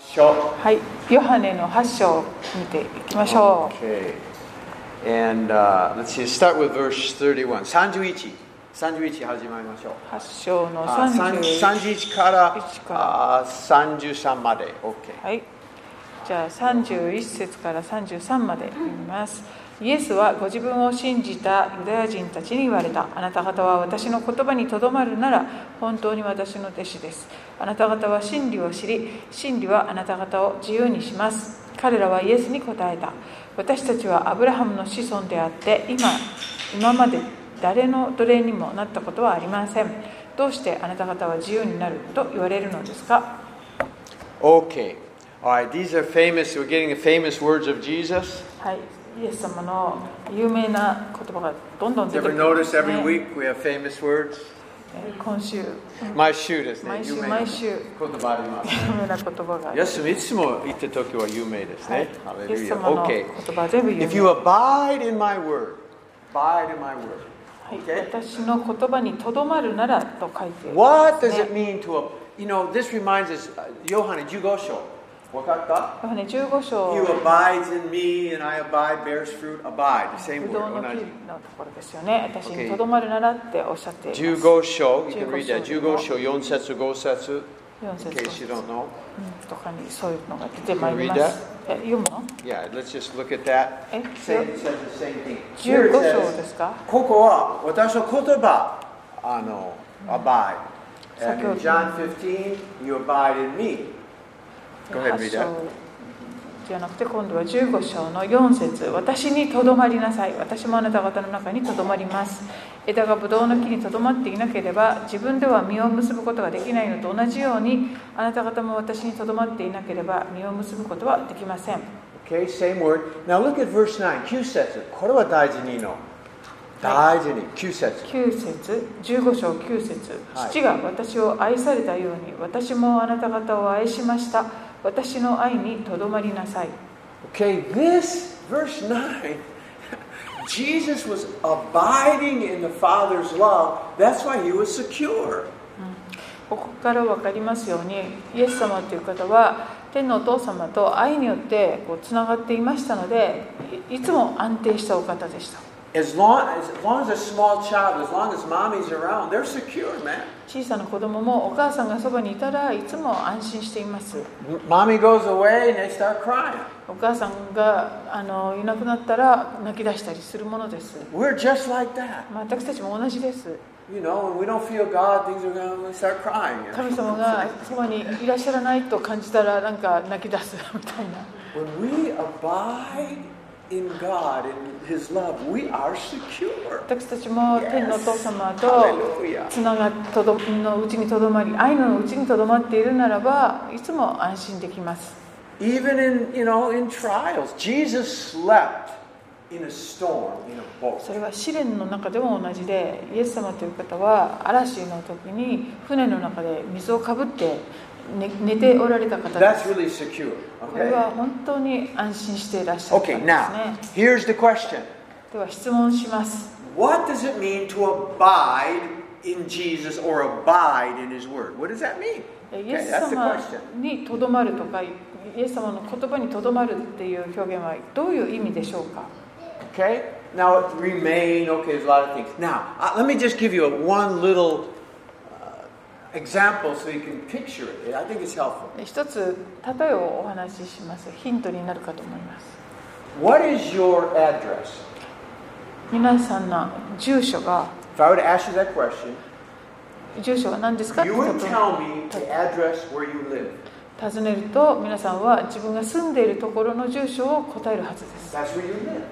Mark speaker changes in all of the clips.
Speaker 1: 章
Speaker 2: はい、ヨハネの8章を見ていきましょ
Speaker 1: Okay. And uh, let's see, start with verse 31. 31. 31始まりましょう。
Speaker 2: う。8章の
Speaker 1: あ三
Speaker 2: 30
Speaker 1: 31から
Speaker 2: 31
Speaker 1: あ33まで。OK。
Speaker 2: はい。じゃあ31節から33まで読みます。イエスはご自分を信じたユダヤ人たちに言われた。あなた方は私の言葉にとどまるなら本当に私の弟子です。あなた方は真理を知り、真理はあなた方を自由にします。彼らはイエスに答えた。私たちはアブラハムの子孫であって、今、今まで誰の奴隷にもなったことはありません。どうしてあなた方は自由になると言われるのですか
Speaker 1: Okay. All right. These are famous. We're getting the famous words of Jesus.
Speaker 2: はい、イエス様の有名な言葉がどんどん出
Speaker 1: Ever
Speaker 2: てくるんで
Speaker 1: notice
Speaker 2: すね
Speaker 1: every week we have famous words?
Speaker 2: えー今週、
Speaker 1: 毎週ですね。
Speaker 2: 毎週
Speaker 1: 有名な
Speaker 2: 毎週
Speaker 1: 言葉あります。
Speaker 2: 有名な言葉があります
Speaker 1: 休みいつも行った時は有名です
Speaker 2: はい
Speaker 1: ね。ハレ
Speaker 2: イエス
Speaker 1: ルヤ。
Speaker 2: 様の言
Speaker 1: Okay.
Speaker 2: 葉は全部有名
Speaker 1: If you abide in my word, abide in my word.
Speaker 2: はい
Speaker 1: Okay.
Speaker 2: 私の言葉にとどまるならと書いてあります
Speaker 1: What
Speaker 2: ね
Speaker 1: does it mean to, ab- you know, this reminds us, uh, ヨハネ15章。わかった
Speaker 2: ヨハネ15章
Speaker 1: ?You abides in me and I abide bears fruit, abide. The
Speaker 2: ぶ
Speaker 1: same
Speaker 2: どうの木
Speaker 1: word, 同じ。
Speaker 2: のところですよね私にとどまるならっておっしゃっています
Speaker 1: 15章、you can read that.
Speaker 2: 15
Speaker 1: 15章、4節、5節。
Speaker 2: 4
Speaker 1: In
Speaker 2: 節
Speaker 1: case you don't know.
Speaker 2: うんとかにそういうのが出てまいります
Speaker 1: You can read
Speaker 2: え読むの
Speaker 1: Yeah, let's just look at that.
Speaker 2: え
Speaker 1: Same, it says the same thing.
Speaker 2: 15
Speaker 1: Here it
Speaker 2: 章
Speaker 1: says,
Speaker 2: ですか
Speaker 1: ここは私の言葉、あの、abide.
Speaker 2: 先
Speaker 1: And
Speaker 2: ほど
Speaker 1: in John 15, you abide in me. Go ahead,
Speaker 2: 8
Speaker 1: read that.
Speaker 2: 章じゃなくて今度は15章の4節私にとどまりなさい私もあなた方の中にとどまります枝がブドウの木にとどまっていなければ自分では実を結ぶことができないのと同じようにあなた方も私にとどまっていなければ実を結ぶことはできません
Speaker 1: Okay, same word. Now look at verse 9, 9節。これは大事にの。大事に、9節。
Speaker 2: 9節15章9節
Speaker 1: はい
Speaker 2: 父が私を愛されたように私もあなた方を愛しました私の愛にとどまりなさい
Speaker 1: Okay, this verse 9, Jesus was abiding in the Father's love. That's why he was secure.
Speaker 2: ここから分かりますようにイエス様という方は天のお父様と愛によってこうつながっていましたのでいいつも安定したお方でした
Speaker 1: As long as, as long as a small child, as long as mommy's around, they're secure, man.
Speaker 2: 小さな子供もお母さんがそばにいたらいつも安心しています
Speaker 1: Mommy goes away and they start crying.
Speaker 2: お母さんがあのいなくなったら泣き出したりするものです
Speaker 1: We're just like that.
Speaker 2: まあ私たちも同じです
Speaker 1: You know, when we don't feel God, things are going to start crying. you know?
Speaker 2: 神様がそばにいらっしゃらないと感じたらなんか泣き出すみたいな
Speaker 1: When we abide in God and His love, we are secure.
Speaker 2: 私たちも天のお父様と
Speaker 1: Hallelujah.
Speaker 2: つながとどのうちにとどまり愛のうちにとどまっているならばいつも安心できます
Speaker 1: Even in, you know, in trials, Jesus slept in a storm, in a
Speaker 2: そ
Speaker 1: boat.
Speaker 2: れは試練の中でも同じでイエス様という方は嵐の時に船の中で水をかぶって寝寝ておられた方で
Speaker 1: That's
Speaker 2: す
Speaker 1: really secure.
Speaker 2: これ
Speaker 1: Okay.
Speaker 2: は本当に安心していらっしゃった
Speaker 1: Okay,
Speaker 2: んですね
Speaker 1: now, here's the question
Speaker 2: では質問します
Speaker 1: What does it mean to abide in Jesus or abide in His Word? What does that mean?
Speaker 2: え
Speaker 1: Okay,
Speaker 2: イエス
Speaker 1: that's the
Speaker 2: 様
Speaker 1: question.
Speaker 2: にとどまるとかイエス様の言葉にとどまるっていう表現はどういう意味でしょうか
Speaker 1: Okay? Now, remain, okay, there's a lot of things. Now, uh, let me just give you a, one little uh, example so you can picture it. I think it's helpful.
Speaker 2: 一つ例えをお話ししますヒントになるかと思います
Speaker 1: What is your address?
Speaker 2: 皆さんの住所が
Speaker 1: If I were to ask you that question,
Speaker 2: 住所は何ですかって
Speaker 1: you
Speaker 2: こ
Speaker 1: would
Speaker 2: と
Speaker 1: tell me the address where you live.
Speaker 2: を尋ねると皆さんは自分が住んでいるところの住所を答えるはずです
Speaker 1: That's where you live.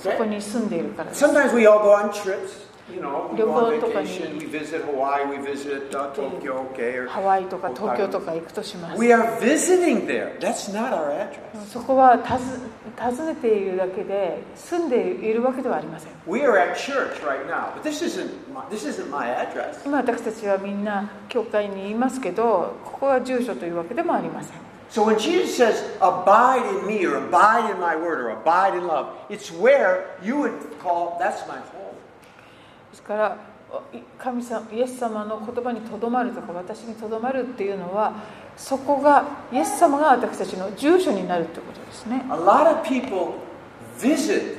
Speaker 2: そこ
Speaker 1: Okay?
Speaker 2: に住んでいるからです
Speaker 1: Sometimes we all go on trips. You know, we go on
Speaker 2: 旅行とかに。
Speaker 1: vacation, we visit Hawaii, we visit uh, Tokyo, okay? Or,
Speaker 2: ハワイとか東京とか行くとします
Speaker 1: we are visiting there. That's not our address.
Speaker 2: そこはたず訪ねているだけで住んでいるわけではありません
Speaker 1: We are at church right now, but this isn't my, this isn't my address.
Speaker 2: 今私たちはみんな教会にいますけどここは住所というわけでもありません
Speaker 1: So when Jesus says, "Abide in me," or "Abide in my word," or "Abide in love," it's where you would call that's my home.
Speaker 2: ですから神様イエス様の言葉にとどまるとか私にとどまるっていうのはそこがイエス様が私たちの住所になるってことですね
Speaker 1: A lot of people visit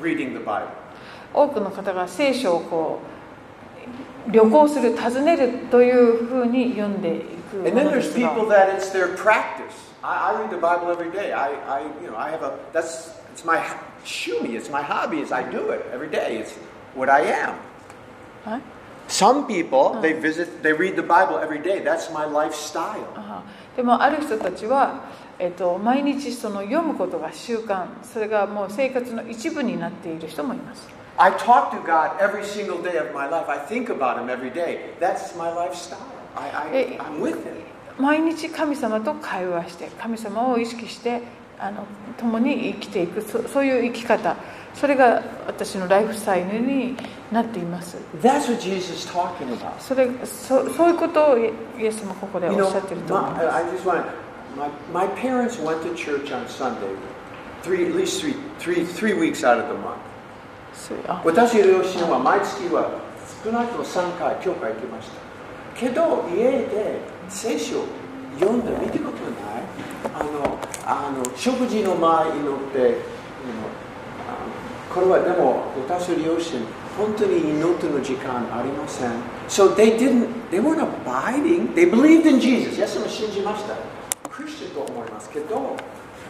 Speaker 1: reading the Bible.
Speaker 2: 多くの方が聖書をこう旅行する訪ねるというふうに読んでいくも
Speaker 1: And then
Speaker 2: ので
Speaker 1: there's
Speaker 2: すが
Speaker 1: people that it's their practice. I, I read the Bible every day. I, I, you know, I have a that's it's my shumi. It's my hobby. It's I do it every day. It's what I am.
Speaker 2: はい
Speaker 1: Some people they visit, they read the Bible every day. That's my lifestyle.
Speaker 2: ああでもある人たちは、えっと、毎日その読むことが習慣それがもう生活の一部になっている人もいます
Speaker 1: I talk to God every single day of my life. I think about Him every day. That's my lifestyle. I, I
Speaker 2: Eh,
Speaker 1: I'm with Him.
Speaker 2: 毎日神様と会話して神様を意識してあの共に生きていくそそういう生き方それが私のライフスタイルになっています
Speaker 1: That's what Jesus is talking about.
Speaker 2: それそそういうことをイエスもここでお
Speaker 1: You
Speaker 2: っ
Speaker 1: know,
Speaker 2: しゃってると思います
Speaker 1: my, I just want my, my parents went to church on Sunday, three at least three three three weeks out of the month.
Speaker 2: そうあ
Speaker 1: 私の両親は毎月は少なくとも3回教会行きましたけど家で聖書を読んで見たことないあのあの食事の前に祈ってあのあのこれはでも私の両親本当に祈っての時間ありません So they didn't they weren't abiding they believed in Jesus イエス様を信じましたクリスチャンと思いますけど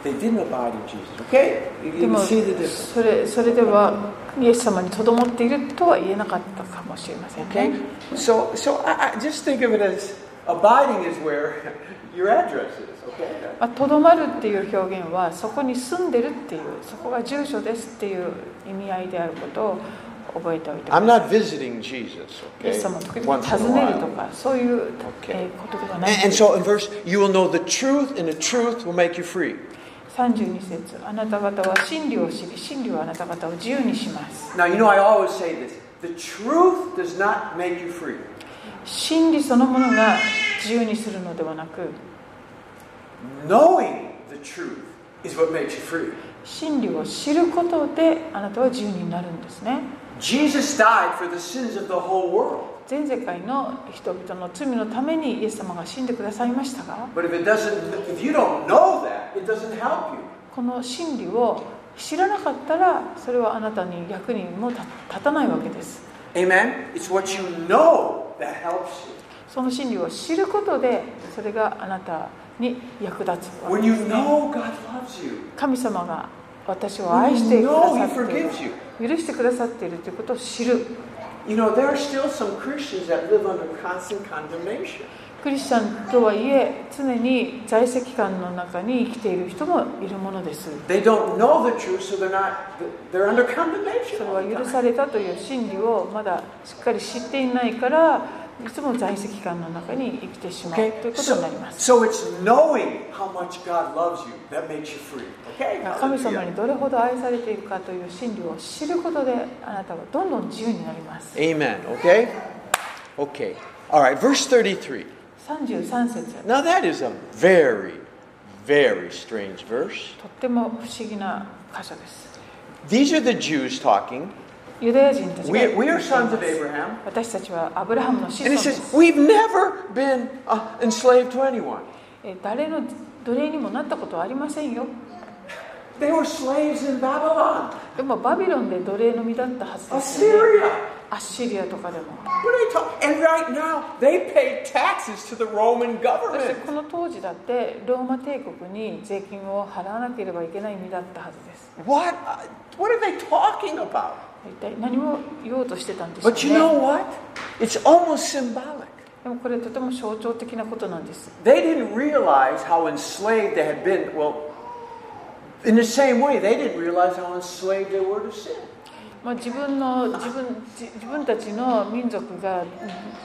Speaker 1: They didn't abide in Jesus okay? You
Speaker 2: で
Speaker 1: can
Speaker 2: も
Speaker 1: see the difference
Speaker 2: それそれではイエス様にとどまっているとは言えなかったかもしれませんね。
Speaker 1: Okay? So, so I, I just think of it as abiding is where your address is, okay?
Speaker 2: まあとどまるっていう表現はそこに住んでるっていうそこが住所ですっていう意味合いであることを覚えておいてくだ
Speaker 1: I'm
Speaker 2: さ
Speaker 1: not visiting Jesus,
Speaker 2: い。イエ
Speaker 1: okay?
Speaker 2: ス様を時々
Speaker 1: Once
Speaker 2: 訪
Speaker 1: in a
Speaker 2: ねる
Speaker 1: while.
Speaker 2: とかそういう、え
Speaker 1: Okay.
Speaker 2: ーことではない
Speaker 1: And, and so in verse, you will know the truth, and the truth will make you free.
Speaker 2: 32節あなた方は真理を知り真理はあなた方を自由にします
Speaker 1: Now, you know, I always say this the truth does not make you free.
Speaker 2: 真理そのものが自由にするのではなく
Speaker 1: Knowing the truth is what makes you free.
Speaker 2: 真理を知ることであなたは自由になるんですね
Speaker 1: Jesus died for the sins of the whole world.
Speaker 2: 全世界の人々の罪のためにイエス様が死んでくださいましたが
Speaker 1: But if it doesn't, if you don't know that, it doesn't help you.
Speaker 2: この真理を知らなかったらそれはあなたに役にも立立たないわけです
Speaker 1: Amen? It's what you know that helps you.
Speaker 2: その真理を知ることでそれがあなたに役立つわ
Speaker 1: When
Speaker 2: けで
Speaker 1: you
Speaker 2: す、ね、
Speaker 1: know God loves you,
Speaker 2: 神様が私を
Speaker 1: when
Speaker 2: 愛し
Speaker 1: you
Speaker 2: てくだ
Speaker 1: know
Speaker 2: さ
Speaker 1: He
Speaker 2: っ
Speaker 1: forgives
Speaker 2: てい
Speaker 1: you.
Speaker 2: る許してくださっているということを知る
Speaker 1: You know, there are still some Christians that live under constant condemnation.
Speaker 2: クリスチャンとはいえ常に在籍感の中に生きている人もいるものです
Speaker 1: They don't know the truth, so they're not, they're under
Speaker 2: そ
Speaker 1: condemnation.
Speaker 2: れ
Speaker 1: all
Speaker 2: は
Speaker 1: the
Speaker 2: 許
Speaker 1: time.
Speaker 2: されたという真理をまだしっかり知っていないからいつも在籍感の中に生きてしまうとい
Speaker 1: Okay?
Speaker 2: うことになり
Speaker 1: So,
Speaker 2: ます
Speaker 1: so it's knowing how much God loves you that makes you free. Okay?
Speaker 2: 神様
Speaker 1: Hallelujah.
Speaker 2: にどれほど愛されているかという真理を知ることであなたはどんどん自由になります
Speaker 1: Amen. Okay? Okay. All right, verse 33.
Speaker 2: 33節
Speaker 1: Now that is a very, very strange verse.
Speaker 2: とっても不思議な箇所です
Speaker 1: These are the Jews talking.
Speaker 2: ユダヤ人たちが
Speaker 1: We,
Speaker 2: 言ってい
Speaker 1: we
Speaker 2: ま
Speaker 1: are
Speaker 2: す
Speaker 1: sons of Abraham.
Speaker 2: 私たちはアブラハムの子孫
Speaker 1: And
Speaker 2: で
Speaker 1: it says,
Speaker 2: す
Speaker 1: we've never been uh, enslaved to anyone.
Speaker 2: え誰の奴隷にもなったことはありませんよ
Speaker 1: They were slaves in Babylon,
Speaker 2: でもバビロンで奴隷の身だったはずですよね
Speaker 1: Assyria.
Speaker 2: アッシリアとかでも
Speaker 1: What are they talking? And right now, they pay taxes to the Roman
Speaker 2: そして
Speaker 1: government.
Speaker 2: この当時だってローマ帝国に税金を払わなければいけない身だったはずです
Speaker 1: What? uh, What are they talking about?
Speaker 2: 一体何を言おうとしてたんでしょう
Speaker 1: But you know
Speaker 2: ね
Speaker 1: what? It's almost symbolic.
Speaker 2: でもこれとても象徴的なことなんです
Speaker 1: They didn't realize how enslaved they had been. Well, in the same way, they didn't realize how enslaved they were to sin.
Speaker 2: まあ、自分の自分自自分たちの民族がうん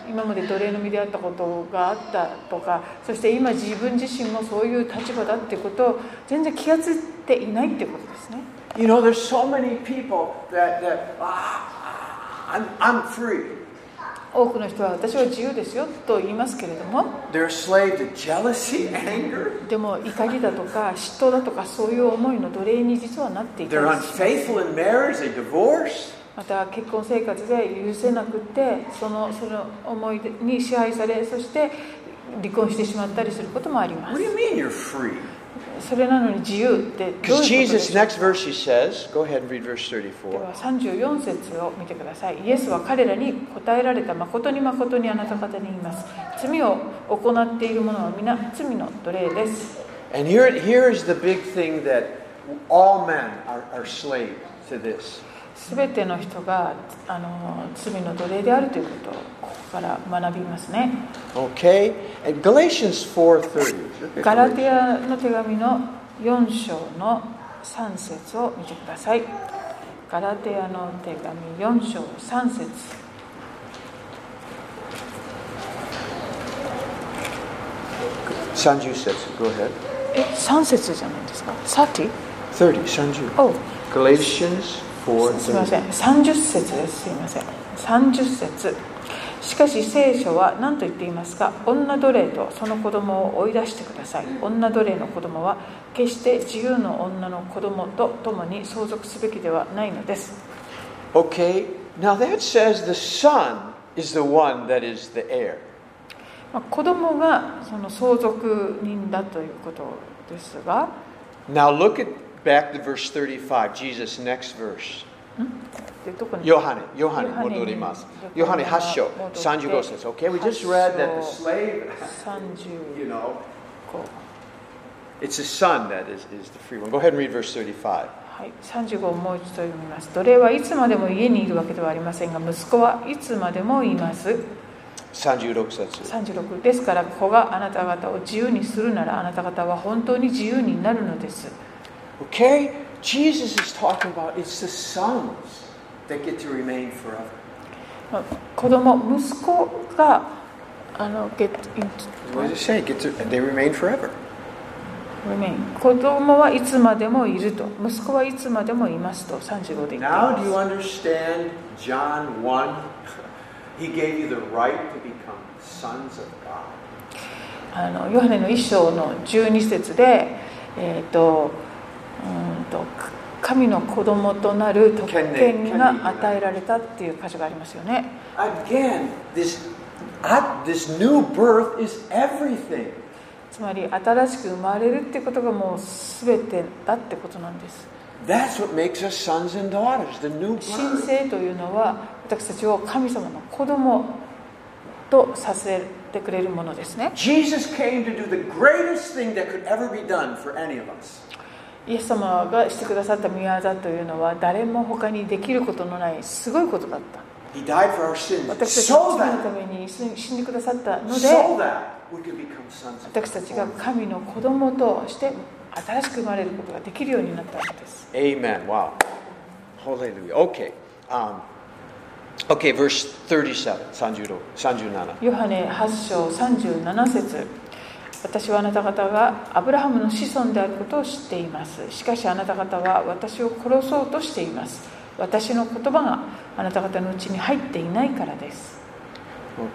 Speaker 2: 今まで奴隷の身であったことがあったとかそして今自分自身もそういう立場だっていうことを全然気が付いていないっていうことですね
Speaker 1: You know, there's so many people that, that ah, I'm, I'm free.
Speaker 2: 多くの人は私は自由ですよと言いますけれども
Speaker 1: They're a slave to jealousy, anger.
Speaker 2: でも怒りだとか嫉妬だとかそういう思いの奴隷に実はなっていた
Speaker 1: They're
Speaker 2: りします
Speaker 1: unfaithful in marriage, they divorce.
Speaker 2: ままた結婚生活で許せなくってそのその思い出に支配されそして離婚してしまったりすることもありま
Speaker 3: What
Speaker 2: す
Speaker 3: do you mean you're free?
Speaker 2: それなのに自由ってどうい
Speaker 1: Because
Speaker 2: うことで
Speaker 1: Jesus,
Speaker 2: しょう
Speaker 1: next verse he says, go ahead and read verse
Speaker 2: で
Speaker 1: 34.
Speaker 2: は34節を見てくださいイエスは彼らに答えられた誠に誠にあなた方に言います罪を行っている者は皆罪の奴隷です
Speaker 1: And here, here is the big thing that all men are, are slave to this.
Speaker 2: 全ての人があの罪の奴隷であるということをここから学びますね
Speaker 1: Okay? And Galatians 4.30. Look at
Speaker 2: ガラ
Speaker 1: Galatians.
Speaker 2: テヤの手紙の4章の3節を見てくださいガラテヤの手紙4章3節
Speaker 1: Sanju says it. Go ahead.
Speaker 2: え3節じゃないですか 30?
Speaker 1: 30, Sanju.
Speaker 2: お
Speaker 1: Galatians
Speaker 2: すみま
Speaker 1: 4.30.
Speaker 2: せん30節ですすみません30節しかし聖書は何と言っていますか女奴隷とその子供を追い出してください女奴隷の子供は決して自由の女の子供と共に相続すべきではないのです
Speaker 1: Okay, now that says the son is the one that is the heir.
Speaker 2: まあ子供がその相続人だということですが
Speaker 1: Now look at back to verse 35, Jesus' next verse.
Speaker 2: でどこに
Speaker 1: Yohane, Yohane,
Speaker 2: ヨハネに
Speaker 1: modorimasu. Yohane 8章35節 Okay, we just read that the slave, you
Speaker 2: 35
Speaker 1: know, it's the son that is, is the free one. Go ahead and read verse 35.
Speaker 2: はい、35をもう一度読みます。奴隷はいつまでも家にいるわけではありませんが、息子はいつまでもいます。
Speaker 1: 36節
Speaker 2: 36ですから、子があなた方を自由にするなら、あなた方は本当に自由になるのです。
Speaker 1: Okay, Jesus is talking.
Speaker 3: Talking about it's the sons that get to remain forever.
Speaker 2: まあ子供、息子が、あの、get
Speaker 1: What does it say? Get to, they remain forever.
Speaker 2: remain 子供はいつまでもいると、息子はいつまでもいますと、35で言ってい
Speaker 3: Now
Speaker 2: ま
Speaker 3: do
Speaker 2: す
Speaker 3: you。understand John 1? He gave you the right to become sons of God.
Speaker 2: あのヨハネの一章の12節で、えー、とうーんとか神の子供となる特権が与えられたっていう箇所がありますよね
Speaker 3: Again, this at this new birth is everything.
Speaker 2: つまり新しく生まれるってことがもう全てだってことなんです
Speaker 1: That's what makes us sons and daughters, the new
Speaker 2: 神
Speaker 1: birth.
Speaker 2: 聖というのは私たちを神様の子供とさせてくれるものですね
Speaker 3: Jesus came to do the greatest thing that could ever be done for any of us.
Speaker 2: イエス様がしてくださった御業というのは誰も他にできることのないすごいことだった
Speaker 3: He died for our sins
Speaker 2: 私たちの
Speaker 3: so
Speaker 2: 罪のた
Speaker 3: that
Speaker 2: めに死んでくださったので
Speaker 3: so that we could become sons of
Speaker 2: 私たち
Speaker 3: God.
Speaker 2: が神の子供として新しく生まれることができるようになったのです
Speaker 1: Amen. Wow. Hallelujah. Okay. Um, okay, verse 37, Sanjuro, Sanjunana.
Speaker 2: ヨハネ8章37節私はあなた方がアブラハムの子孫であることを知っていますしかしあなた方は私を殺そうとしています私の言葉があなた方のうちに入っていないからです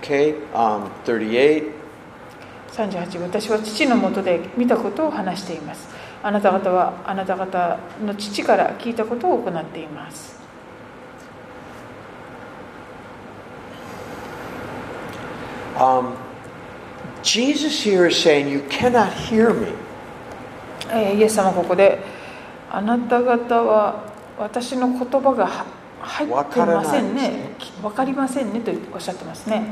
Speaker 1: Okay, um, 38.
Speaker 2: 38私は父のもとで見たことを話していますあなた方はあなた方の父から聞いたことを行っています
Speaker 1: Um, Jesus here is saying, You cannot hear me.
Speaker 2: えーイエス様ここであなた方は私の言葉がは入ってい
Speaker 1: わ
Speaker 2: ません
Speaker 1: からないです
Speaker 2: ね
Speaker 1: ね
Speaker 2: きわかりませんねとおっしゃってますね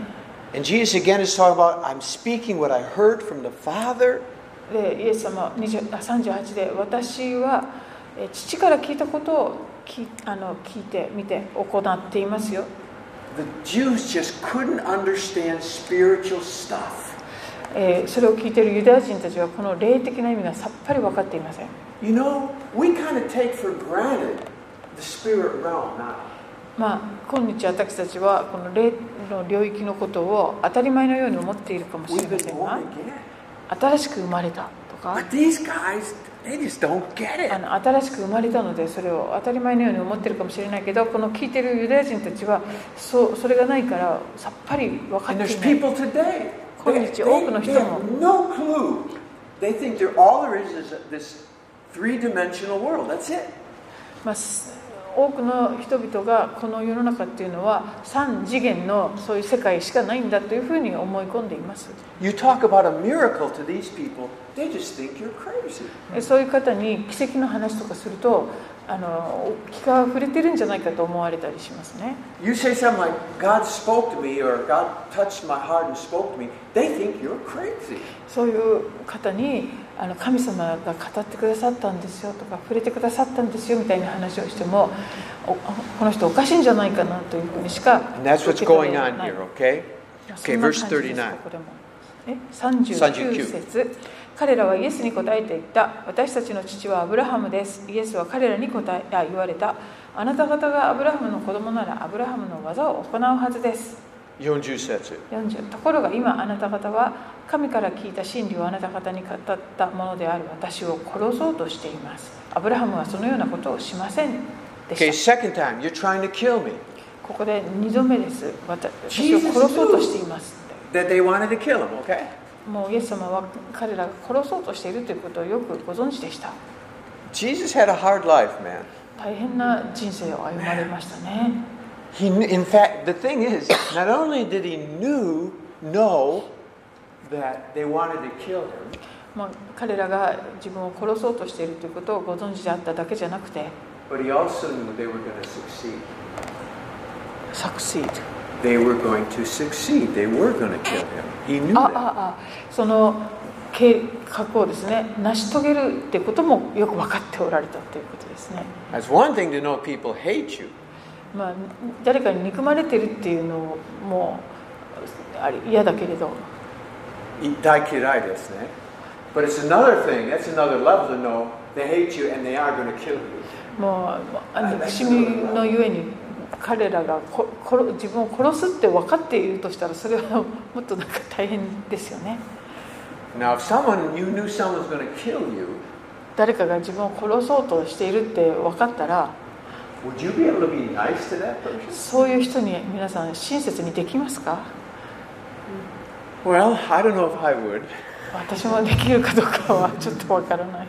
Speaker 1: And Jesus again is talking about, I'm speaking what I heard from the Father.
Speaker 2: でイエス様は20あ38で私はえー父から聞いたことをきあの聞いてみて行っていますよ
Speaker 3: The Jews just couldn't understand spiritual stuff.
Speaker 2: えーそれを聞いているユダヤ人たちはこの霊的な意味がさっぱり分かっていません
Speaker 3: You know, we kind of take for granted the spirit realm now.
Speaker 2: まあ今日私たちはこの霊の領域のことを当たり前のように思っているかもしれ
Speaker 3: We've
Speaker 2: ま
Speaker 3: been
Speaker 2: せん
Speaker 3: born
Speaker 2: が
Speaker 3: again.
Speaker 2: 新しく生まれたとか
Speaker 3: But these guys, they just don't get
Speaker 2: あ
Speaker 3: it.
Speaker 2: の新しく生まれたのでそれを当たり前のように思ってるかもしれないけどこの聞いてるユダヤ人たちはそうそれがないからさっぱり分かっ
Speaker 3: And
Speaker 2: て
Speaker 3: there's
Speaker 2: いない
Speaker 3: people today.
Speaker 2: 今日、多くの人も。
Speaker 3: have no clue. They think they're, all there is is this three dimensional world. That's it.
Speaker 2: まあす多くの人々がこの世の中っていうのは3次元のそういう世界しかないんだというふうに思い込んでいます
Speaker 3: You talk about a miracle to these people, they just think you're crazy.
Speaker 2: えそういう方に奇跡の話とかするとあの気が触れてるんじゃないかと思われたりしますね
Speaker 3: You say something like, God spoke to me, or God touched my heart and spoke to me, they think you're crazy.
Speaker 2: そういう方にあの神様が語ってくださったんですよとか触れてくださったんですよみたいな話をしてもおこの人おかしいんじゃないかなというふうにしか
Speaker 1: And that's what's
Speaker 2: 受け止
Speaker 1: going
Speaker 2: められ
Speaker 1: on
Speaker 2: ない
Speaker 1: here, okay?
Speaker 2: そんな感じですかこれもえ39
Speaker 1: 39
Speaker 2: 節彼らはイエスに答えていった私たちの父はアブラハムですイエスは彼らに答えあ言われたあなた方がアブラハムの子供ならアブラハムの技を行うはずです
Speaker 1: 40節。
Speaker 2: 40ところが今あなた方は神から聞いた真理をあなた方に語ったものである私を殺そうとしていますアブラハムはそのようなことをしませんで
Speaker 1: Okay,
Speaker 2: した
Speaker 1: second time, you're trying to kill me.
Speaker 2: ここで2度目です私を殺そうとしていますって
Speaker 1: That they wanted to kill him, okay?
Speaker 2: もうイエス様は彼らが殺そうとしているということをよくご存知でした。
Speaker 1: Jesus had a hard life, man.
Speaker 2: 大変な人生を歩まれましたね。
Speaker 1: He, kn- in fact, the thing is, not only did he knew, know that they wanted to kill him,
Speaker 2: まあ、彼らが自分を殺そうとしているということをご存知であっただけじゃなくて、
Speaker 3: But he also knew they were going to succeed.
Speaker 2: 作詞。
Speaker 3: They were going to succeed. They were going to kill him. He knew
Speaker 1: Uh,
Speaker 2: ああ
Speaker 3: that.
Speaker 2: あ、その計画をですね、成し遂げるってこともよく分かっておられたということですね。
Speaker 1: that's one thing to know people hate you.
Speaker 2: まあ、誰かに憎まれてるっていうのもあり嫌だけれど、
Speaker 3: Daikirai ne? But it's another thing. That's another level to know they hate you and they are going to kill you.
Speaker 2: もうあ憎しみのゆえに彼らがこ殺自分を殺すって分かっているとしたらそれは もっとなんか大変ですよね
Speaker 3: Now, if someone you knew someone's going to kill you,
Speaker 2: 誰かが自分を殺そうとしているって分かったら
Speaker 3: would you be able to be nice to that person?
Speaker 2: そういう人に皆さん親切にできますか
Speaker 1: Well, I don't know if I would.
Speaker 2: 私もできるかどうかはちょっと分からない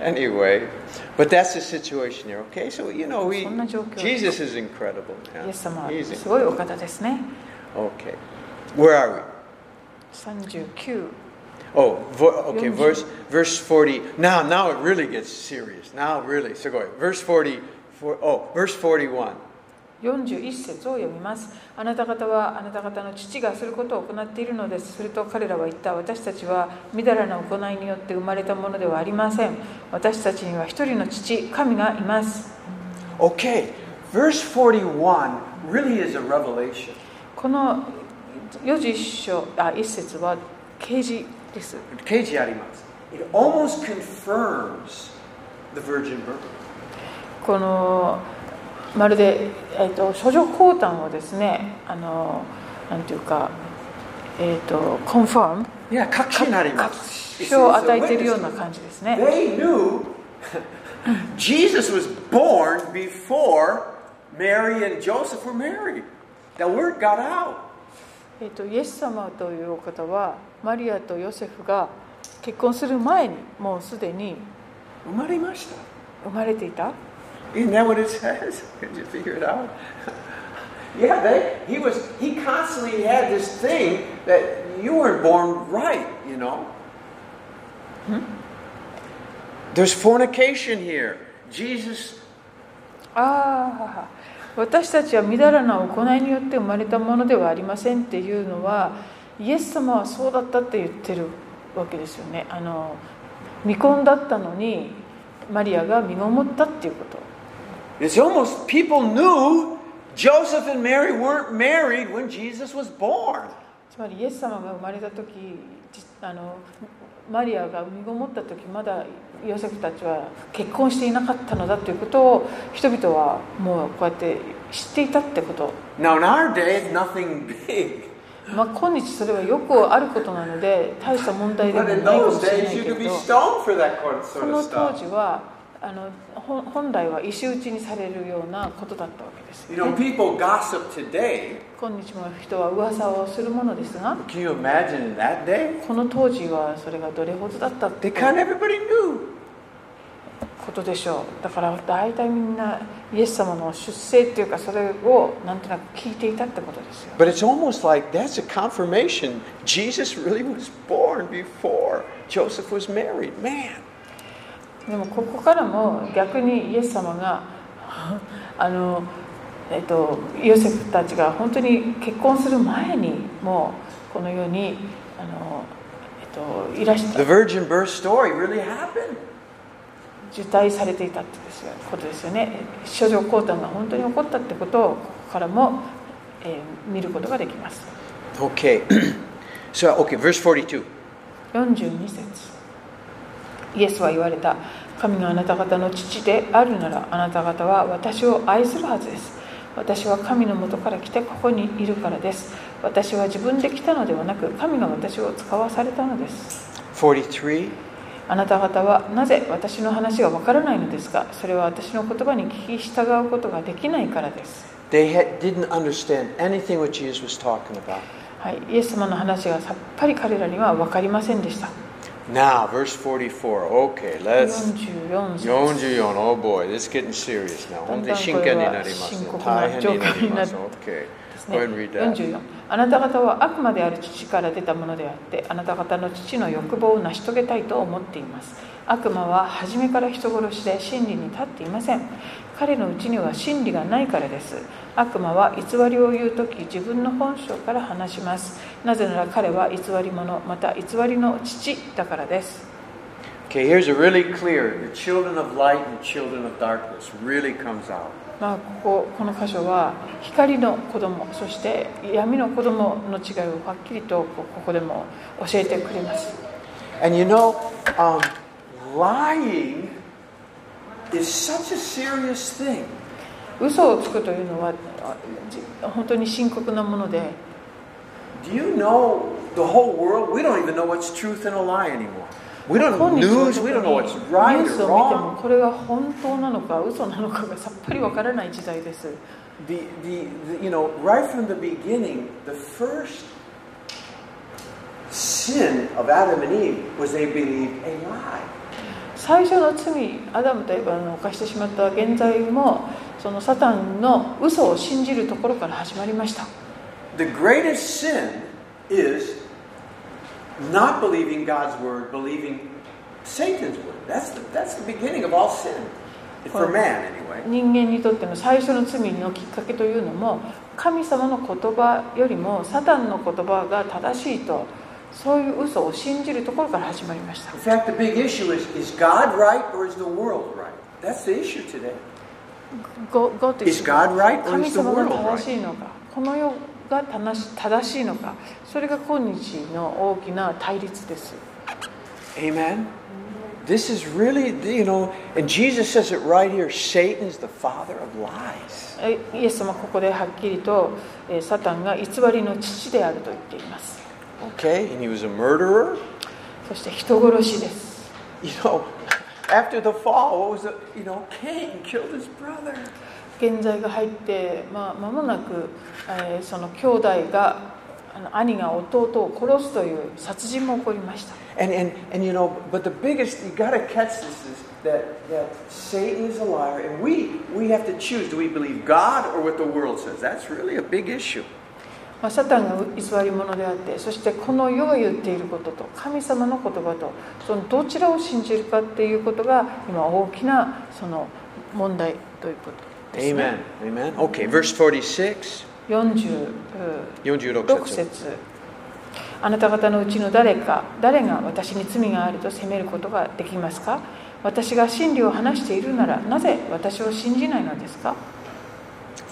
Speaker 1: Anyway, but that's the situation here, okay? So, you know, we,
Speaker 2: そんな状況。
Speaker 1: Jesus is incredible,
Speaker 2: イエス様
Speaker 1: man.
Speaker 2: は
Speaker 1: He's
Speaker 2: すごいお方ですね
Speaker 1: Okay. Where are we?
Speaker 2: 39
Speaker 1: Oh, vo- okay,
Speaker 2: Yonji.
Speaker 1: verse verse 40. Now, now it really gets serious. Now, really. So go ahead. Verse 40. For, oh, verse 41.
Speaker 2: 41節を読みますあなた方はあなた方の父がすることを行っているのですすると彼らは言った私たちはみだらな行いによって生まれたものではありません私たちには一人の父神がいます
Speaker 1: Okay, verse 41 really is a revelation.
Speaker 2: この41章あ1節は啓示です
Speaker 3: Keiji arimasu. It almost confirms the virgin birth.
Speaker 2: このまるで、えっと処女降誕をですねあのなんていうかえっ、とコンファーム
Speaker 1: Yeah, kakushi
Speaker 2: 確
Speaker 1: narimasu.
Speaker 2: 証を与えているような感じですね
Speaker 3: They knew Jesus was born before Mary and Joseph were married. The word got out.
Speaker 2: えっとイエス様というお方はマリアとヨセフが結婚する前にもうすでに
Speaker 3: Umarimashita.
Speaker 2: 生まれていた
Speaker 3: Isn't that what it says? Could you figure it out? yeah, they, he was. He constantly had this thing that you weren't born right. You know. Hmm?
Speaker 1: There's fornication here. Jesus,
Speaker 2: ああ私たちはみだらな行いによって生まれたものではありませんっていうのはイエス様はそうだったって言ってるわけですよねあの未婚だったのにマリアが身ごもったっていうこと
Speaker 1: it's almost people knew Joseph and Mary weren't married when Jesus was born.
Speaker 2: つまりイエス様が生まれた時じあのマリアが身ごもった時まだヨセフたちは結婚していなかったのだということを人々はもうこうやって知っていたってこと、
Speaker 1: Now, in our day, it's nothing big.
Speaker 2: まあ、今日それはよくあることなので大した問題でも
Speaker 3: But
Speaker 2: ない
Speaker 3: in
Speaker 2: かも
Speaker 3: those
Speaker 2: しれない
Speaker 3: days,
Speaker 2: け
Speaker 3: you
Speaker 2: れ
Speaker 3: could be
Speaker 2: ど
Speaker 3: stoned for that kind of
Speaker 2: そ
Speaker 3: sort
Speaker 2: の
Speaker 3: of
Speaker 2: 当
Speaker 3: stuff.
Speaker 2: 時はあのほん本来は石打ちにされるようなことだったわけです
Speaker 3: You know, people gossip today.
Speaker 2: 今日も人は噂をするものですが
Speaker 1: Can you imagine in that day?
Speaker 2: この当時はそれがどれほどだったっ
Speaker 1: They
Speaker 2: て
Speaker 1: kind of everybody knew.
Speaker 2: ことでしょうだから大体みんなイエス様の出世っていうかそれをなんとなく聞いていたってことですよ
Speaker 1: But it's almost like that's a confirmation. Jesus really was born before Joseph was married. Man.
Speaker 2: でもここからも逆にイエス様が あの、えっと、ヨセフたちが本当に結婚する前にもうこの世にあの、えっと、いらし
Speaker 1: The
Speaker 2: た
Speaker 1: virgin birth story really happened.
Speaker 2: 受胎されていたってですよことですよね諸女降誕が本当に起こったってことをここからも、えー見ることができます
Speaker 1: Okay. so, okay, verse 42.
Speaker 2: 42節イエスは言われた神があなた方の父であるならあなた方は私を愛するはずです私は神のもとから来てここにいるからです私は自分で来たのではなく神が私を使わされたのです
Speaker 1: 43.
Speaker 2: あなた方はなぜ私の話がわからないのですかそれは私の言葉に聞き従うことができないからです
Speaker 1: They had, didn't understand anything what Jesus was talking about.
Speaker 2: はい、イエス様の話がさっぱり彼らには分かりませんでした。
Speaker 1: Now, verse 44. Okay, let's.
Speaker 2: 44節
Speaker 1: 44 oh boy, this is getting serious now.
Speaker 2: だんだんこれは深刻な状況になる。
Speaker 1: 本当に真剣になりますね。大変になります。Okay,
Speaker 2: ですね
Speaker 1: go ahead and read that.
Speaker 2: 44あなた方は悪魔である父から出たものであってあなた方の父の欲望を成し遂げたいと思っています悪魔は初めから人殺しで真理に立っていません彼のうちには真理がないからです悪魔は偽りを言う時自分の本性から話しますなぜなら彼は偽り者また偽りの父だからです
Speaker 1: Okay, here's a really clear. The children of light and children of darkness really comes out.
Speaker 2: まあ、こここの箇所は光の子供そして闇の子供の違いをはっきりとこここでも教えてくれます
Speaker 1: And you know, um, lying
Speaker 3: It's such a serious thing.
Speaker 2: 嘘をつくというのはあじ本当に深刻なもので
Speaker 3: Do you know the whole world? We don't even know what's truth and a lie anymore.
Speaker 1: We don't
Speaker 2: 今
Speaker 1: know news,
Speaker 2: 日は特
Speaker 1: we
Speaker 2: に
Speaker 1: don't know what's
Speaker 2: ニ
Speaker 1: right or
Speaker 2: ュースを見ても
Speaker 1: wrong.
Speaker 2: これが本当なのか嘘なのかがさっぱりわからない時代です
Speaker 3: The, the, the, you know, right from the beginning, the first sin of Adam and Eve was they believed a lie.
Speaker 2: 最初の罪アダムとエバの犯してしまった現在もそのサタンの嘘を信じるところから始まりました
Speaker 3: The greatest sin is not believing God's word, believing Satan's word. That's the, that's the beginning of all sin. For man, anyway.
Speaker 2: 人間にとっての最初の罪のきっかけというのも神様の言葉よりもサタンの言葉が正しいとそういう嘘を信じるところから始まりました
Speaker 3: In fact, the big issue is is God right or is the world right? That's the issue today.
Speaker 2: Go- go to-
Speaker 3: Is God right or
Speaker 2: 神
Speaker 3: is the
Speaker 2: 様
Speaker 3: world
Speaker 2: が正
Speaker 3: right?
Speaker 2: しいのかこの世が正し正しいのかそれが今日の大きな対立です
Speaker 1: Amen. This is really, you know, and Jesus says it right here Satan's the father of lies.
Speaker 2: えイエス様ここではっきりとえサタンが偽りの父であると言っています
Speaker 1: Okay, and he was a murderer.
Speaker 2: そして人殺しです
Speaker 1: You know, after the fall, what was the, you know, Cain killed his brother.
Speaker 2: 現在が入って、まあ、間もなく、えーその兄弟があの兄が弟を殺すという殺人も起こりました
Speaker 1: And, and, and you know, but the biggest, you gotta catch this is
Speaker 3: That that Satan is a liar, and we we have to choose. Do we believe God or what the world says? That's really a big issue.
Speaker 2: まあ、サタンが偽り者であってそしてこの世が言っていることと神様の言葉とそのどちらを信じるかっていうことが今大きなその問題ということです、ね、
Speaker 1: Amen. Amen. Okay, verse 46.
Speaker 2: 46
Speaker 1: 46
Speaker 2: 6
Speaker 1: 節
Speaker 2: 節あなた方のうちの誰か誰が私に罪があると責めることができますか私が真理を話しているならなぜ私を信じないのですか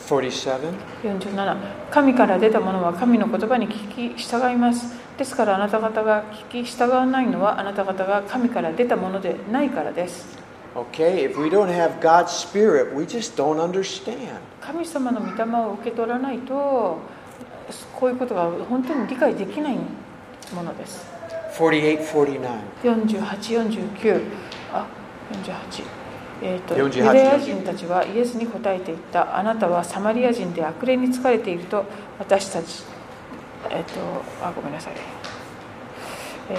Speaker 1: 47.
Speaker 2: 47神から出たものは神の言葉に聞き従いますですからあなた方が聞き従わないのはあなた方が神から出たものでないからです
Speaker 1: Okay, if we don't have God's Spirit, we just don't understand.
Speaker 2: 神様の御霊を受け取らないとこういうことが本当に理解できないものです
Speaker 1: 48, 49.
Speaker 2: 4849あ48えーと
Speaker 1: 48
Speaker 2: ユダヤ人たちはイエスに答えていったあなたはサマリア人で悪霊に疲れていると私たちえっ、とあごめんなさいえっ、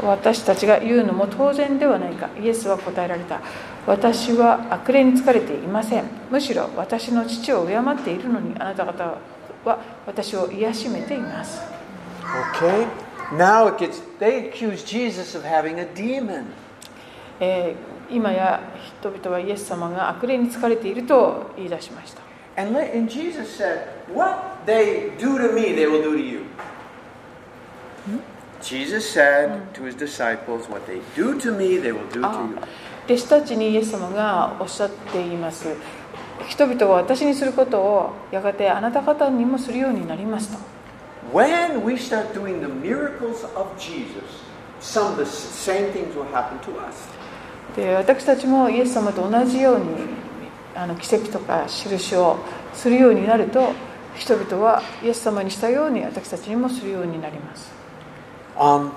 Speaker 2: と私たちが言うのも当然ではないかイエスは答えられた私は悪霊に疲れていませんむしろ私の父を敬っているのにあなた方は私を癒しめています
Speaker 1: Okay? Now it gets, they accuse Jesus of having a demon.
Speaker 2: えー今や人々はイエス様が悪霊に疲れていると言い出しました
Speaker 1: And, le- and Jesus said, What they do to me, they will do to you. Jesus said to his disciples, What they do to me, they will do
Speaker 2: あ
Speaker 1: to you.
Speaker 2: 弟子たちにイエス様がおっしゃっています人々は私にすることをやがてあなた方にもするようになりますと
Speaker 3: When we start doing the miracles of Jesus, some of the s- same things will happen to us.
Speaker 2: で私たちもイエス様と同じようにあの奇跡とか印をするようになると人々はイエス様にしたように私たちにもするようになります
Speaker 1: Um,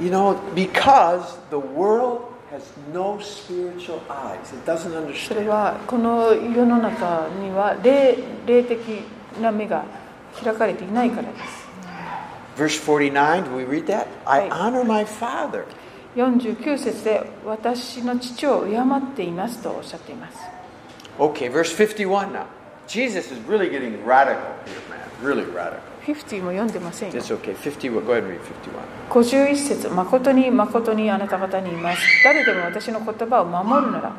Speaker 1: you know, because the world has no spiritual eyes, it doesn't
Speaker 2: それ
Speaker 1: understand.
Speaker 2: はこの世の中には霊霊的な目が開かれていないからです
Speaker 1: Verse 49, do we read that? I
Speaker 2: Right.
Speaker 1: honor my Father.
Speaker 2: 49節で私の父を敬っていますとおっしゃっています
Speaker 1: Okay, verse 51 now. Jesus is really getting radical here, man. Really radical.
Speaker 2: 50も読んでませんよ
Speaker 1: It's okay. 51. Go ahead and read 51.
Speaker 2: 51節誠に誠にあなた方にいます誰でも私の言葉を守るなら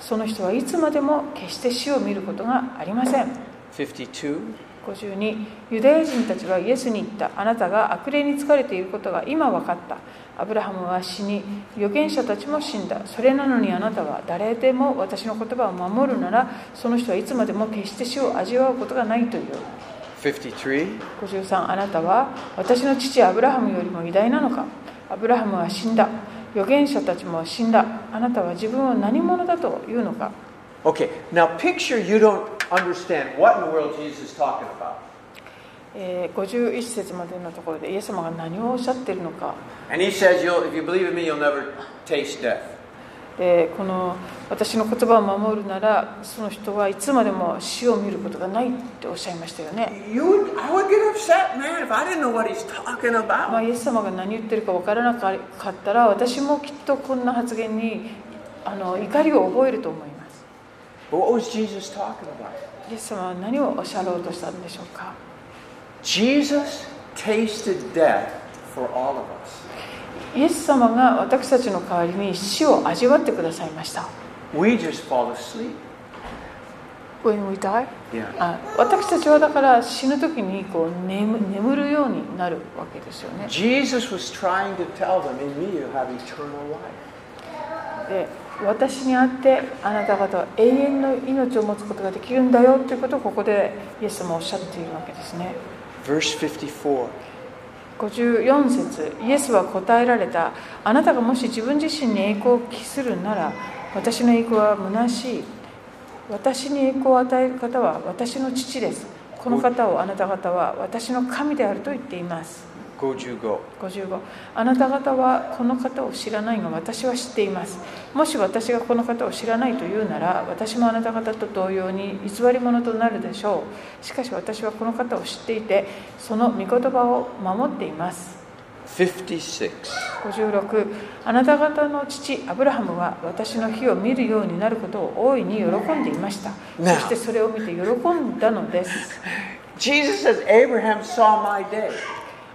Speaker 2: その人はいつまでも決して死を見ることがありません
Speaker 1: 52.
Speaker 2: 52ユダヤ人たちはイエスに言ったあなたが悪霊に疲れていることが今分かったアブラハムは死に預言者たちも死んだそれなのにあなたは誰でも私の言葉を守るならその人はいつまでも決して死を味わうことがないという
Speaker 1: 53.
Speaker 2: 53あなたは私の父アブラハムよりも偉大なのかアブラハムは死んだ預言者たちも死んだあなたは自分を何者だというのか
Speaker 1: Okay, now picture you don't understand what in the world Jesus is talking about.
Speaker 2: えー51節までのところでイエス様が何をおっしゃっているのか
Speaker 1: And he says, you'll, if you believe in me, you'll never taste death.
Speaker 2: でこの私の言葉を守るならその人はいつまでも死を見ることがないっておっしゃいましたよね、
Speaker 1: You, would- I would get upset, man, if I didn't know what he's talking
Speaker 2: まあ、
Speaker 1: about.
Speaker 2: イエス様が何言ってるか分からなかったら私もきっとこんな発言にあの怒りを覚えると思います
Speaker 1: But what was Jesus talking about?
Speaker 2: イエス様は何をおっしゃろうとしたんでしょうか
Speaker 1: Jesus tasted death for all of us.
Speaker 2: イエス様が私たちの代わりに死を味わってくださいました。
Speaker 1: We just fall asleep.
Speaker 2: When we die?
Speaker 1: Yeah.
Speaker 2: あ私たちはだから死ぬ時にこう眠眠るようになるわけですよね。
Speaker 1: Jesus was trying to tell them, in me you have eternal life.
Speaker 2: で私に会ってあなた方は永遠の命を持つことができるんだよということをここでイエス様はおっしゃっているわけですね。
Speaker 1: Verse 54.
Speaker 2: 54節イエスは答えられたあなたがもし自分自身に栄光を期するなら私の栄光は虚しい私に栄光を与える方は私の父ですこの方をあなた方は私の神であると言っています
Speaker 1: Go, Jew, go.
Speaker 2: 55あなた方はこの方を知らないが私は知っていますもし私がこの方を知らないというなら私もあなた方と同様に偽り者となるでしょうしかし私はこの方を知っていてその御言葉を守っています
Speaker 1: 56.
Speaker 2: 56あなた方の父アブラハムは私の日を見るようになることを大いに喜んでいましたそ
Speaker 1: Now.
Speaker 2: してそれを見て喜んだのです
Speaker 1: Jesus says, Abraham saw my day.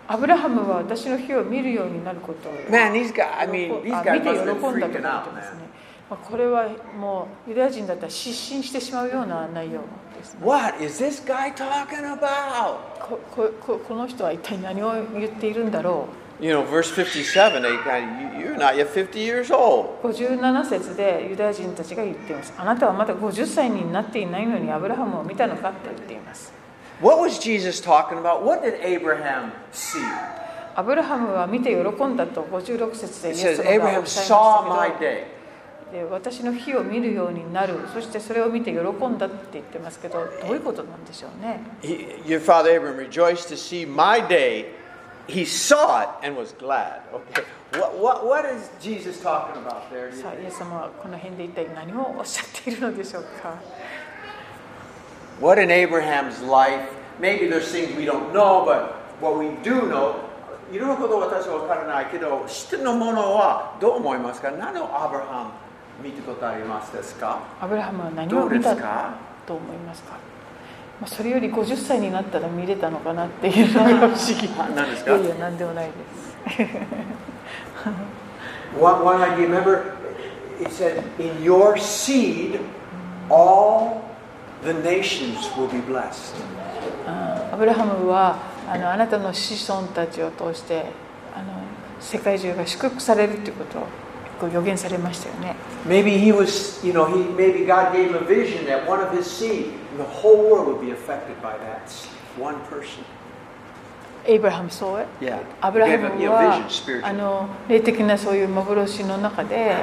Speaker 2: アブラハムは私の日を見るようになることを
Speaker 1: Man, these guys, I
Speaker 2: 喜
Speaker 1: mean,
Speaker 2: ん
Speaker 1: these
Speaker 2: あ
Speaker 1: guys
Speaker 2: 見て
Speaker 1: must have been
Speaker 2: 喜んだと
Speaker 1: freaking
Speaker 2: か
Speaker 1: out,
Speaker 2: ですね
Speaker 1: man.
Speaker 2: まあこれはもうユダヤ人だったら失神してしまうような内容ですね
Speaker 1: What is this guy talking about?
Speaker 2: ここここの人は一体何を言っているんだろう
Speaker 1: You know, verse 57, they kind of, you- you're not yet 50 years old.
Speaker 2: 57節でユダヤ人たちが言っていますあなたはまだ50歳になっていないのにアブラハムを見たのかと言っています
Speaker 1: What was Jesus talking about? What did Abraham see?
Speaker 2: アブラハムは見て喜んだと56節でイ
Speaker 1: It
Speaker 2: エス
Speaker 1: says,
Speaker 2: 様がおっ
Speaker 1: Abraham
Speaker 2: しゃい
Speaker 1: saw
Speaker 2: ま
Speaker 1: my
Speaker 2: したけ
Speaker 1: day.
Speaker 2: どで私の日を見るようになるそしてそれを見て喜んだって言ってますけどどういうことなんでしょうね
Speaker 1: He, your father Abraham rejoiced to see my day. He saw it and was glad. Okay. What, what, what is Jesus talking about there?
Speaker 2: さあイエス様はこの辺で一体何をおっしゃっているのでしょうか
Speaker 1: What in Abraham's life? Maybe there's things we don't know, but what we do know, いろんなことは私は分からないけど、知ってのものはどう思いますか何をアブラハム見たことありますですか
Speaker 2: アブラハムは何
Speaker 1: ど
Speaker 2: を
Speaker 1: うで
Speaker 2: 見
Speaker 1: す
Speaker 2: た
Speaker 1: か
Speaker 2: と思いますか、まあ、それより50歳になったら見れたのかなっていうのが不思議
Speaker 1: あ何です
Speaker 2: い
Speaker 1: か
Speaker 2: やいや何でもないです
Speaker 1: One, one I remember, it said, In your seed, all the nations will be blessed.
Speaker 2: あーアブラハムはあのあなたの子孫たちを通してあの世界中が祝福されるということをこう予言されましたよね
Speaker 1: Maybe he was, you know, he, maybe God gave him a vision that one of his seed, and the whole world would be affected by that one person.
Speaker 2: エイブラハムそう
Speaker 4: Yeah.
Speaker 2: アブラハ
Speaker 4: Gave
Speaker 2: ム
Speaker 4: him, you know,
Speaker 2: は
Speaker 4: vision, spiritual.
Speaker 2: あの霊的なそういう幻の中で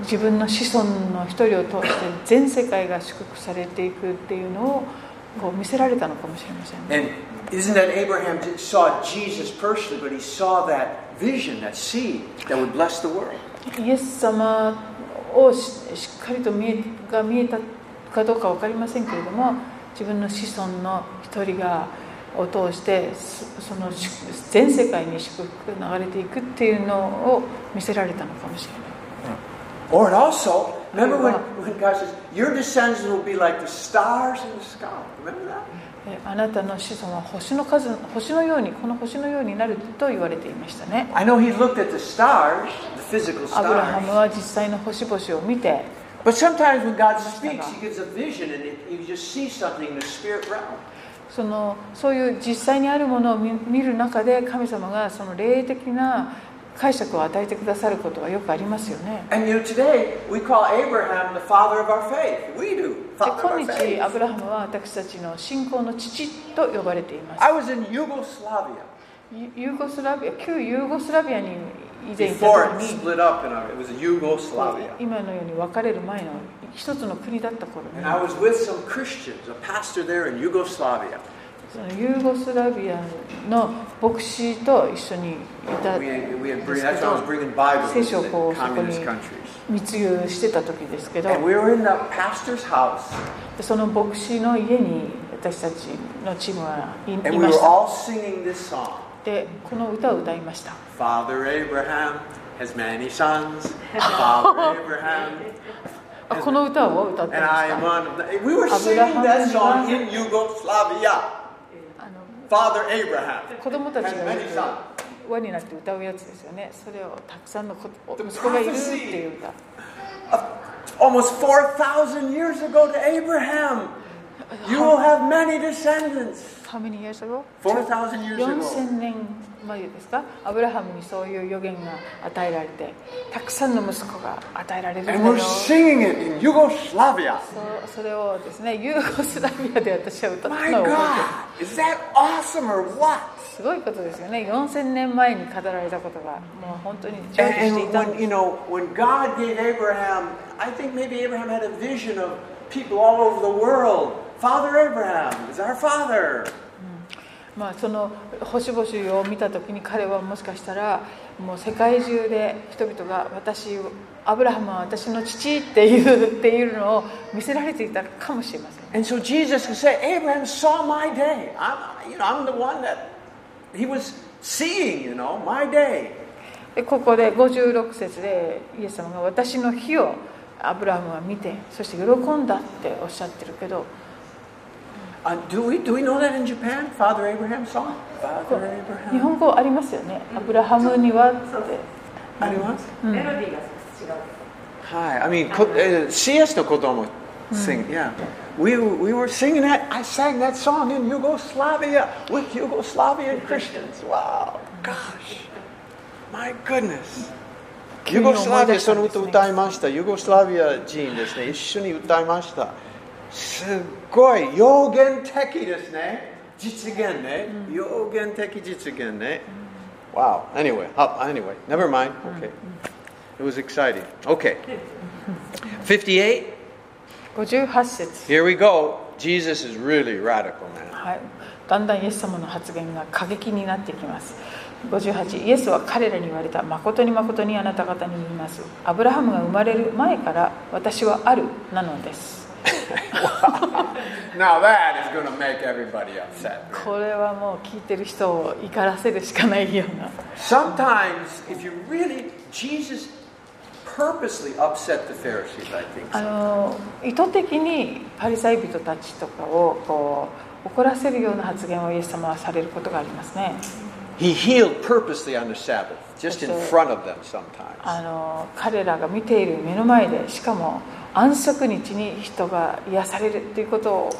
Speaker 2: 自分の子孫の一人を通して全世界が祝福されていくっていうのをこう見せられたのかもしれませんね。
Speaker 1: And isn't that Abraham did- saw Jesus personally, but he saw that vision, that seed that would bless the world.
Speaker 2: イエス様をししっかりと見えが見えたかどうか分かりませんけれども自分の子孫の一人がを通してそその祝全世界に祝福が流れていくっていうのを見せられたのかもしれない。
Speaker 1: Or it also, remember when,
Speaker 2: Wow.
Speaker 1: when God says, Your descendants will be like the stars in the sky. Remember that?
Speaker 2: えあなたの子孫は星の数星のようにこの星のようになると言われていましたね
Speaker 1: I know he looked at the stars, the physical
Speaker 2: アブラハム
Speaker 1: stars.
Speaker 2: は実際の星々を見て
Speaker 1: But sometimes when God speaks, he gives a vision and it, you just see something in the spirit realm.
Speaker 2: そのそういう実際にあるものを見見る中で神様がその霊的な解釈を与えてくださることはよくありますよね
Speaker 1: And you know, today we call Abraham the father of our faith. We do.
Speaker 2: で
Speaker 1: Father of our
Speaker 2: 今日
Speaker 1: faith.
Speaker 2: アブラハムは私たちの信仰の父と呼ばれています
Speaker 1: I was in Yugoslavia
Speaker 2: ユユーゴスラビア旧ユーゴスラビアに以前いた
Speaker 1: before
Speaker 2: 時
Speaker 1: it
Speaker 2: に
Speaker 1: split up, and it was Yugoslavia.
Speaker 2: 今のように分かれる前の一つの国だった頃に
Speaker 1: And I was with some Christians, a pastor there in Yugoslavia.
Speaker 2: そのユーゴスラビアの牧師と一緒にいた
Speaker 1: We had, we had bring, that's when I was bringing Bibles
Speaker 2: Yes,
Speaker 1: to
Speaker 2: of course,
Speaker 1: communist
Speaker 2: okay.
Speaker 1: countries.
Speaker 2: 密輸してた時ですけど
Speaker 1: And we were in the pastor's house,
Speaker 2: その牧師の家に私たちのチームはいい
Speaker 1: and
Speaker 2: ま
Speaker 1: we
Speaker 2: し
Speaker 1: were
Speaker 2: た
Speaker 1: all singing this song
Speaker 2: でこの歌を歌いました
Speaker 1: Father Abraham has many sons. Father Abraham.
Speaker 2: あこの歌を歌って
Speaker 1: And
Speaker 2: ま
Speaker 1: I
Speaker 2: した
Speaker 1: am one of the. We were singing that song in Yugoslavia.
Speaker 2: あの
Speaker 1: Father Abraham.
Speaker 2: 子供たちが
Speaker 1: Many sons.
Speaker 2: 輪になって歌うやつですよねそれをたくさんの子息子がいるっていう歌
Speaker 1: Almost 4,000 years ago to Abraham. You will have many descendants.
Speaker 2: How many years ago?
Speaker 1: 4,000 years ago.
Speaker 2: 4000年前ですかアブラハムにそういう予言が与えられてたくさんの息子が与えられるんだ
Speaker 1: And
Speaker 2: よ
Speaker 1: we're singing it in Yugoslavia.
Speaker 2: そうそれをですねユーゴスラビアで私は歌った
Speaker 1: My
Speaker 2: のを覚えて
Speaker 1: God,
Speaker 2: る
Speaker 1: is that awesome or what?
Speaker 2: すごいことですよね4000年前に語られたことがもう本当に成就して
Speaker 1: And,
Speaker 2: い
Speaker 1: and
Speaker 2: たん
Speaker 1: when
Speaker 2: で
Speaker 1: you
Speaker 2: す
Speaker 1: know, when God gave Abraham, I think maybe Abraham had a vision of people all over the world. Father Abraham is our father.
Speaker 2: まあその星々を見た時に彼はもしかしたらもう世界中で人々が私をアブラハムは私の父っていうっていうのを見せられていたかもしれません
Speaker 1: And so Jesus could say, Abraham saw my day. I'm, you know, I'm the one that he was seeing. You know, my day.
Speaker 2: でここで56節でイエス様が私の日をアブラハムは見てそして喜んだっておっしゃってるけど
Speaker 1: Uh, do we do we know that in Japan? Father Abraham saw. it? Father
Speaker 2: 日
Speaker 1: Abraham.
Speaker 2: 本語ありますよねアブラハムにはって
Speaker 5: そうそう
Speaker 1: Anyone?
Speaker 5: メロディーが少し違う
Speaker 1: Hi. I mean, ko- uh, CS no Kodomo sing. Yeah, we we were singing that. I sang that song in Yugoslavia with Yugoslavian Christians. Wow. Gosh. My goodness. ユーゴスラビアその歌歌いました。ユーゴスラビア人ですね。一緒に歌いました。すっごい予言的ですね。実現ね。予言的実現ね。Wow. Anyway, hop- anyway, never mind. Okay. It was exciting. Okay. 58.
Speaker 2: 58節
Speaker 4: Here we go. Jesus is really radical now.
Speaker 2: はい、だんだんイエス様の発言が過激になっていきます58イエスは彼らに言われた「誠に誠にあなた方に言いますアブラハムが生まれる前から私はある」なのです
Speaker 1: Now that is going to make everybody upset.
Speaker 2: これはもう聞いてる人を怒らせるしかないような
Speaker 1: Sometimes, if you really, Jesus purposely upset the Pharisees, I think.
Speaker 2: あの意図的にパリサイ人たちとかをこう怒らせるような発言をイエス様はされることがありますね
Speaker 1: He healed purposely on the Sabbath, just in
Speaker 2: Okay.
Speaker 1: front of them sometimes.
Speaker 2: あの彼らが見ている目の前でしかも安息日に人が癒されるということを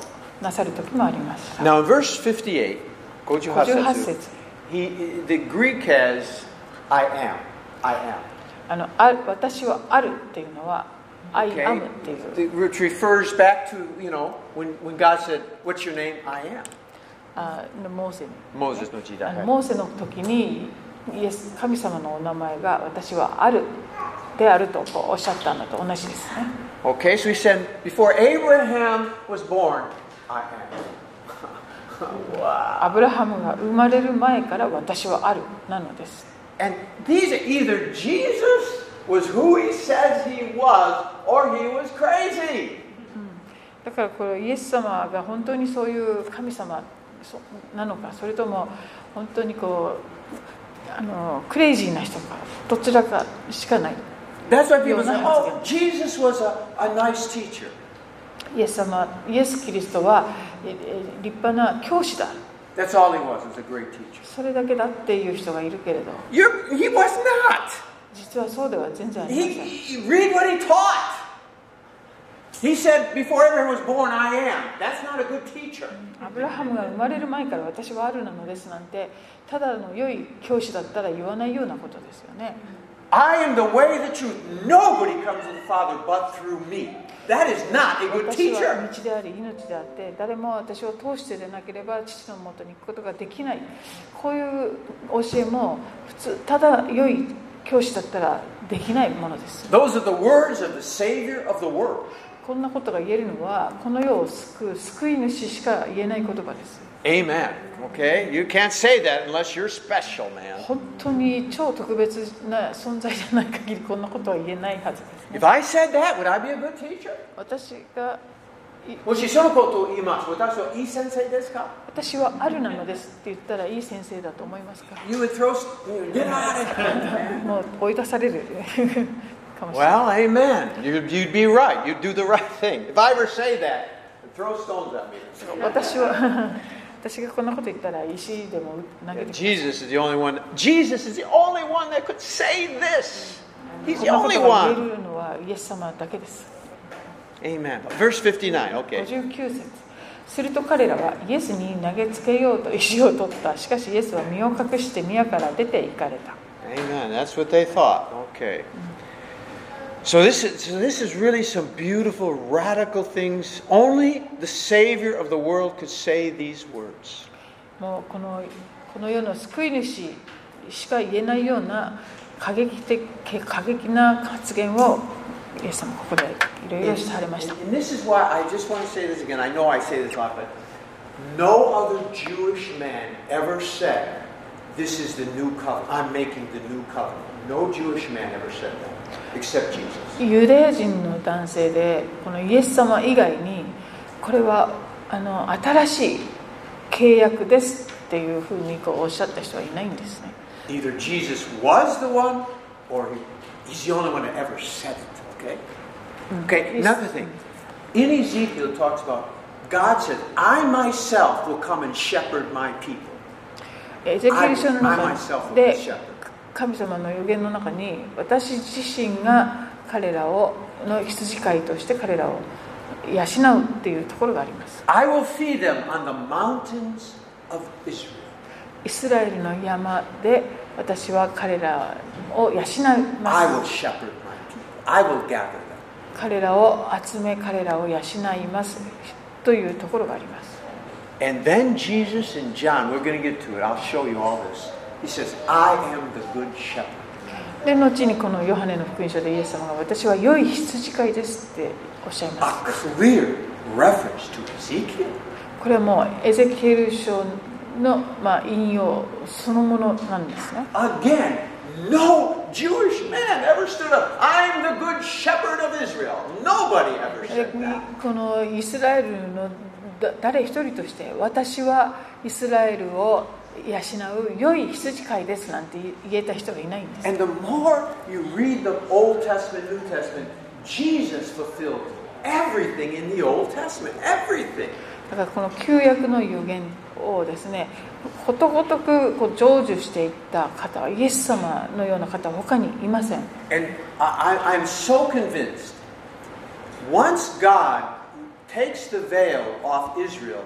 Speaker 2: なさる時もありました
Speaker 1: Now, in verse 58,
Speaker 2: 58
Speaker 1: 58節,
Speaker 2: 節
Speaker 1: he, the Greek has, I am, I am.
Speaker 2: あのあ私はあるっていうのは「I
Speaker 1: Okay?
Speaker 2: am」っていう
Speaker 1: Th- Which refers back to, you know, when, when God said, What's your name? I am.
Speaker 2: あのモーセの
Speaker 1: Moses no jida.
Speaker 2: あのモーセの時にイエス神様のお名前が私はあるであるとこうおっしゃったのと同じですね
Speaker 1: Okay, so he said, Before Abraham was born, I am. wow.
Speaker 2: アブラハムが生まれる前から私はあるなのです
Speaker 1: And these are either Jesus was who he says he was, or he was crazy.
Speaker 2: だからこれイエス様が本当にそういう神様そなのかそれとも本当にこうあのクレイジーな人かどちらかしかない
Speaker 1: That's why people say,
Speaker 2: Yeah.
Speaker 1: oh, Jesus was a, a nice teacher.
Speaker 2: イエス様イエス・キリストはええ立派な教師だ
Speaker 1: That's all he was, was a great teacher.
Speaker 2: それだけだっていう人がいるけれど
Speaker 1: You're, he was not.
Speaker 2: 実はそうでは全然ありま
Speaker 1: He,
Speaker 2: せん
Speaker 1: he- read what he taught. He said, before everyone was born, I am. That's not a good teacher.
Speaker 2: アブラハムが生まれる前から私はあるなのですなんてただの良い教師だったら言わないようなことですよね
Speaker 1: I am the way, the truth. Nobody comes to the Father but through me. That is not a good
Speaker 2: 私
Speaker 1: teacher.
Speaker 2: は道であり命であって誰も私を通してでなければ父のもとに行くことができないこういう教えも普通ただ良い教師だったらできないものです
Speaker 1: Those are the words of the Savior of the world.
Speaker 2: こんなことが言えるのはこの世を救う救い主しか言えない言葉です
Speaker 1: Amen. Okay? You can't say that unless you're special, man.
Speaker 2: 本当に超特別な存在じゃない限りこんなことは言えないはずですね
Speaker 1: If I said that, would I be a good teacher?
Speaker 2: 私がい
Speaker 1: もしそのことを言います。私はいい先生ですか
Speaker 2: 私はあるなのですって言ったらいい先生だと思いますか
Speaker 1: You would throw. You would get out of here.
Speaker 2: もう追い出されるかもしれない
Speaker 1: Well, amen. You'd, you'd be right. You'd do the right thing. If I ever say that, throw stones at me.
Speaker 2: 私は 私がこんなこと言ったら石でも投げてくる
Speaker 1: Jesus is the only one. Jesus is the only one that could say this. He's
Speaker 2: こん
Speaker 1: the only
Speaker 2: なことが言
Speaker 1: one.
Speaker 2: えるのはイエス様だけです
Speaker 1: Amen. Verse 59. Okay.
Speaker 2: 59節すると彼らはイエスに投げつけようと石を取ったしかしイエスは身を隠して宮から出て行かれた
Speaker 1: Amen. That's what they thought. Okay. So this is so this is really some beautiful radical things. Only the Savior of the world could say these words.
Speaker 2: もうこのこの世の救い主しか言えないような過激的過激な発言をイエス様ここでいろいろされました
Speaker 1: And, and this is why I just want to say this again. I know I say this a lot, but no other Jewish man ever said, This is the new covenant. I'm making the new covenant. No Jewish man ever said that, except Jesus.
Speaker 2: ユダヤ人の男性でこのイエス様以外にこれはあの新しい契約ですっていうふうにこうおっしゃった人はいないんですね
Speaker 1: Either Jesus was the one, or he, he's the only one that ever said it, okay? Okay,
Speaker 2: Yes.
Speaker 1: another thing. In Ezekiel, it talks about God said, I myself will come and shepherd my people.
Speaker 2: エゼキエル書の
Speaker 1: I
Speaker 2: 中
Speaker 1: myself will
Speaker 2: で
Speaker 1: shepherd.
Speaker 2: 神様の予言の中に私自身が彼らをの羊飼いとして彼らを養うっていうところがあります
Speaker 1: I will feed them on the mountains of Israel.
Speaker 2: イスラエルの山で私は彼らを養い
Speaker 1: I
Speaker 2: ま
Speaker 1: will
Speaker 2: す
Speaker 1: shepherd my people. I will gather them.
Speaker 2: 彼らを集め彼らを養いますというところがあります
Speaker 1: And then Jesus and John, we're going to get to it. I'll show you all this. He says, I am the good shepherd.
Speaker 2: で後にこのヨハネの福音書でイエス様が私は良い羊飼いですっておっしゃい
Speaker 1: A
Speaker 2: ます
Speaker 1: clear reference to Ezekiel.
Speaker 2: これはもうエゼキエル書の、まあ、引用そのものなんですね
Speaker 1: Again, no Jewish man ever stood up. I'm the good shepherd of Israel. No Nobody ever
Speaker 2: で
Speaker 1: said that.
Speaker 2: このイスラエルのだ誰一人として私はイスラエルを養う良い羊飼いですなんて言えた人はいないんです
Speaker 1: And the more you read the Old Testament, New Testament, Jesus fulfilled everything in the Old Testament. Everything.
Speaker 2: だからこの旧約の予言をですねことごとくこう成就していった方はイエス様のような方は他にいません
Speaker 1: And I, I, I'm so convinced. Once God takes the veil off Israel,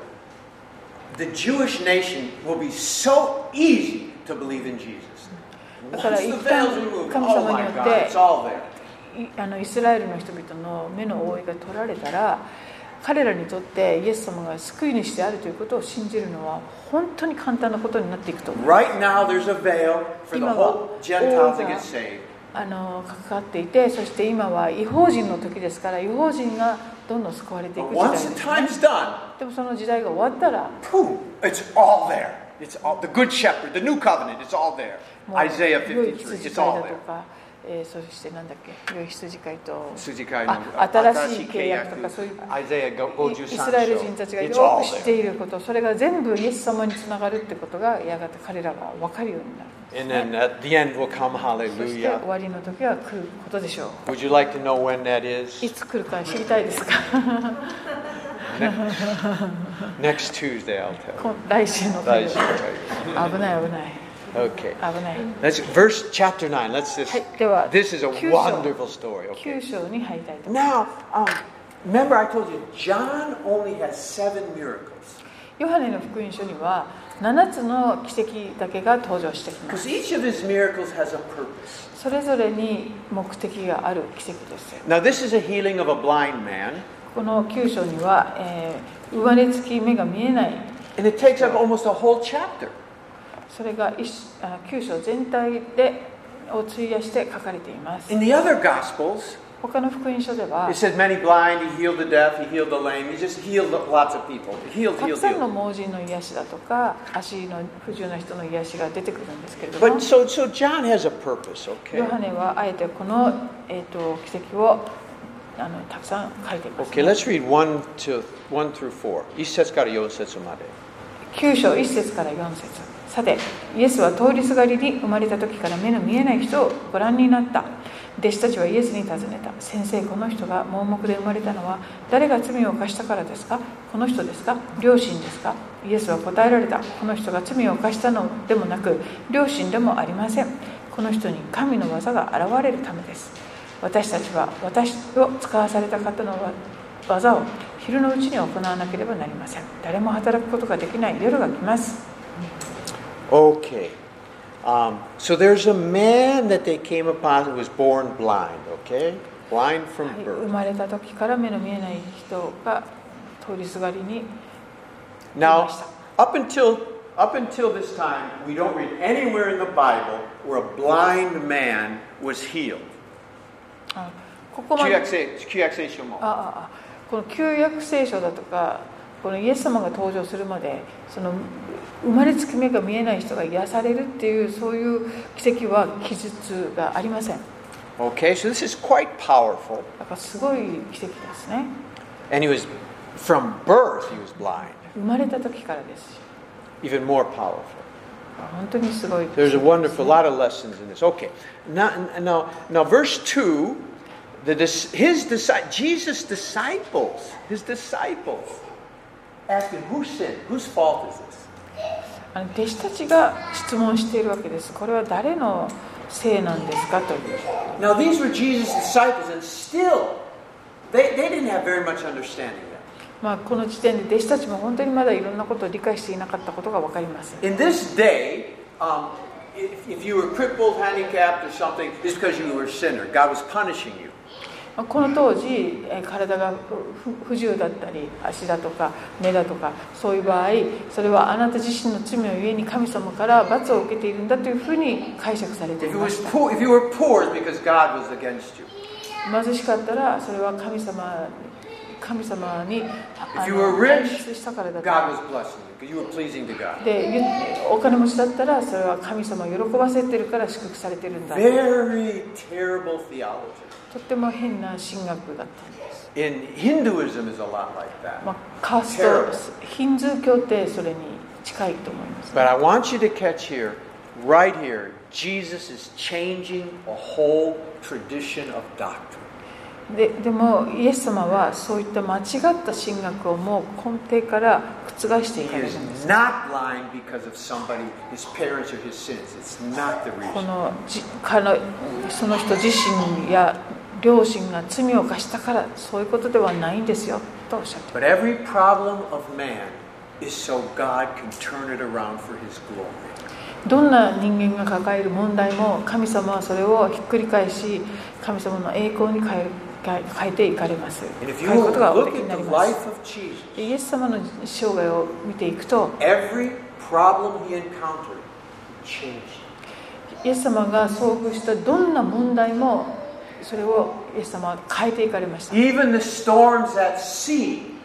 Speaker 1: the Jewish nation will be so easy to believe in Jesus. Once
Speaker 2: だから
Speaker 1: the
Speaker 2: 一旦
Speaker 1: veil's removed,
Speaker 2: 神様によって
Speaker 1: oh my God, it's all there.
Speaker 2: いあのイスラエルの人々の目の覆いが取られたら彼らにとってイエス様が救い主であるということを信じるのは本当に簡単なことになっていくと思います
Speaker 1: Right now, there's a veil for the
Speaker 2: 今は
Speaker 1: whole Gentiles to
Speaker 2: 王が
Speaker 1: get saved.
Speaker 2: あのかかっていてそして今は違法人の時ですから違法人がどんどん救われていく
Speaker 1: But once
Speaker 2: 時代です
Speaker 1: the time's done,
Speaker 2: でもその時代が終わったら
Speaker 1: boom, it's all there. It's all the Good Shepherd, the New Covenant. It's all there.
Speaker 2: もう
Speaker 1: Isaiah
Speaker 2: 良い
Speaker 1: 53.
Speaker 2: 羊
Speaker 1: It's
Speaker 2: 飼い
Speaker 1: all
Speaker 2: だと
Speaker 1: there.
Speaker 2: か、えーそしてなんだっけ良い羊飼いと
Speaker 1: 筋替えの
Speaker 2: あ新しい契約とかそういう
Speaker 1: アイザヤ
Speaker 2: イ
Speaker 1: 53章
Speaker 2: イスラエル人たちがよ
Speaker 1: It's
Speaker 2: く
Speaker 1: all
Speaker 2: 知っ
Speaker 1: there.
Speaker 2: ていることそれが全部イエス様につながるってことがやがて彼らが分かるようになる
Speaker 1: And then at the end will come
Speaker 2: そして終
Speaker 1: hallelujah.
Speaker 2: わりの時は来ることでしょ
Speaker 1: Would you like to know when that
Speaker 2: うい
Speaker 1: is?
Speaker 2: つ来るか知りたいですか
Speaker 1: Next Tuesday I'll tell
Speaker 2: 今来週の
Speaker 1: you.
Speaker 2: 日
Speaker 1: 来週
Speaker 2: 危ない危ない
Speaker 1: Okay.
Speaker 2: 危ない
Speaker 1: Let's, verse chapter 9. Let's just,
Speaker 2: はいでは
Speaker 1: this is a
Speaker 2: 九章
Speaker 1: wonderful story. Okay.
Speaker 2: 9章に入りたいと思います
Speaker 1: Now, um, remember I told you, John only has seven miracles.
Speaker 2: ヨハネの福音書には7つの奇跡だけが登場してきます
Speaker 1: Because each of his miracles has a purpose.
Speaker 2: それぞれに目的がある奇跡です。
Speaker 1: Now, this is a healing of a blind man.
Speaker 2: この9章には、えー生まれつき目が見えない、
Speaker 1: And it takes up almost a whole chapter.
Speaker 2: それが一あ9章全体でを費やして書かれています
Speaker 1: In。the other Gospels,
Speaker 2: 他の福音書では
Speaker 1: It、said many blind, he healed the deaf, he healed the lame, he just healed lots of people. Healed,
Speaker 2: たく
Speaker 1: healed,
Speaker 2: さんの
Speaker 1: healed.
Speaker 2: 盲人の癒しだとか、足の不自由な人の癒しが出てくるんですけれども
Speaker 1: But、so, so John has a purpose,
Speaker 2: ヨ
Speaker 1: okay?
Speaker 2: ハネはあえてこの、えー、と奇跡をあのたくさん書いています、
Speaker 1: Okay, let's read 1, to, one through 4. 一節から四節まで。
Speaker 2: 9章1節から4節さてイエスは通りすがりに生まれた時から目の見えない人をご覧になった弟子たちはイエスに尋ねた先生この人が盲目で生まれたのは誰が罪を犯したからですかこの人ですか両親ですかイエスは答えられたこの人が罪を犯したのでもなく両親でもありませんこの人に神の技が現れるためです私たちは私を使わされた方のわ技を昼のうちに行わなければなりません誰も働くことができない夜が来ます
Speaker 1: Okay. Um, so there's a man that they came upon who was born blind, okay? Blind
Speaker 2: はい
Speaker 1: from
Speaker 2: 生
Speaker 1: birth.
Speaker 2: まれた時から目の見えない人が通りすがりに
Speaker 1: Now, up until, up until this time, we don't read anywhere in the Bible where a blind man was healed.
Speaker 2: あここま
Speaker 1: 旧
Speaker 2: で
Speaker 1: 約聖旧約聖書も。
Speaker 2: あああこの旧約聖書だとかこのイエス様が登場するまでその生まれつき目が見えない人が癒されるっていうそういう奇跡は記述がありません
Speaker 1: Okay, so this is quite powerful.
Speaker 2: だからすごい奇跡ですね
Speaker 1: And he was, from birth, he was blind.
Speaker 2: 生まれた時からですし
Speaker 1: Even more powerful.
Speaker 2: 本当にすごい奇跡です
Speaker 1: There's a
Speaker 2: ね
Speaker 1: wonderful lot of lessons in this. Okay, now, now, now verse 2, the, dis- his disci- Jesus' disciples, his disciples, asked him, who sinned? Whose fault is this?
Speaker 2: あの弟子たちが質問しているわけですこれは誰のせいなんですかという
Speaker 1: Now, these were Jesus' disciples, and still, they, they didn't have very much understanding of that.
Speaker 2: まあこの時点で弟子たちも本当にまだいろんなことを理解していなかったことが分かります、
Speaker 1: In this day, um, if, if you were crippled, handicapped, or something, it's because you were a sinner. God was punishing you.
Speaker 2: まあこの当時えー体が不不自由だったり足だとか目だとかそういう場合それはあなた自身の罪をゆえに神様から罰を受けているんだというふうに解釈されてい
Speaker 1: If you,
Speaker 2: ま
Speaker 1: was
Speaker 2: した
Speaker 1: poor, if you were poor, it's because God was against you.
Speaker 2: 貧しかったらそれは神様神様にあ
Speaker 1: If you were rich,
Speaker 2: 退出したからだと
Speaker 1: God was blessing you because you were pleasing to God.
Speaker 2: でゆお金持ちだったらそれは神様を喜ばせてるから祝福されてるんだ
Speaker 1: Very terrible theology.
Speaker 2: とっても変な神学だったんです、
Speaker 1: In Hinduism is a lot like that.
Speaker 2: まあ、カーストヒンズー教ってそれに近いと思います、
Speaker 1: But I want you to catch here, right here, Jesus is changing a whole tradition of doctrine.
Speaker 2: ででもイエス様はそういった間違った神学をもう根底から覆してい
Speaker 1: He
Speaker 2: かれる
Speaker 1: is
Speaker 2: んです
Speaker 1: not blind because of somebody, his parents or his sins. It's not the
Speaker 2: こ
Speaker 1: reason.
Speaker 2: のじ彼その人自身や両親が罪を犯したからそういうことではないんですよとおっしゃってる
Speaker 1: But every problem of man is so God can turn it around for his glory.
Speaker 2: どんな人間が抱える問題も神様はそれをひっくり返し神様の栄光に変え変え変えていかれます
Speaker 1: And if
Speaker 2: 変
Speaker 1: you
Speaker 2: えることがおで
Speaker 1: look
Speaker 2: きに
Speaker 1: at
Speaker 2: なり
Speaker 1: the
Speaker 2: ます
Speaker 1: life of Jesus,
Speaker 2: イエス様の生涯を見ていくと
Speaker 1: every problem he encountered changed. him.
Speaker 2: イエス様が遭遇したどんな問題もそれをイエス様は変えていかれました
Speaker 1: Even the storms at sea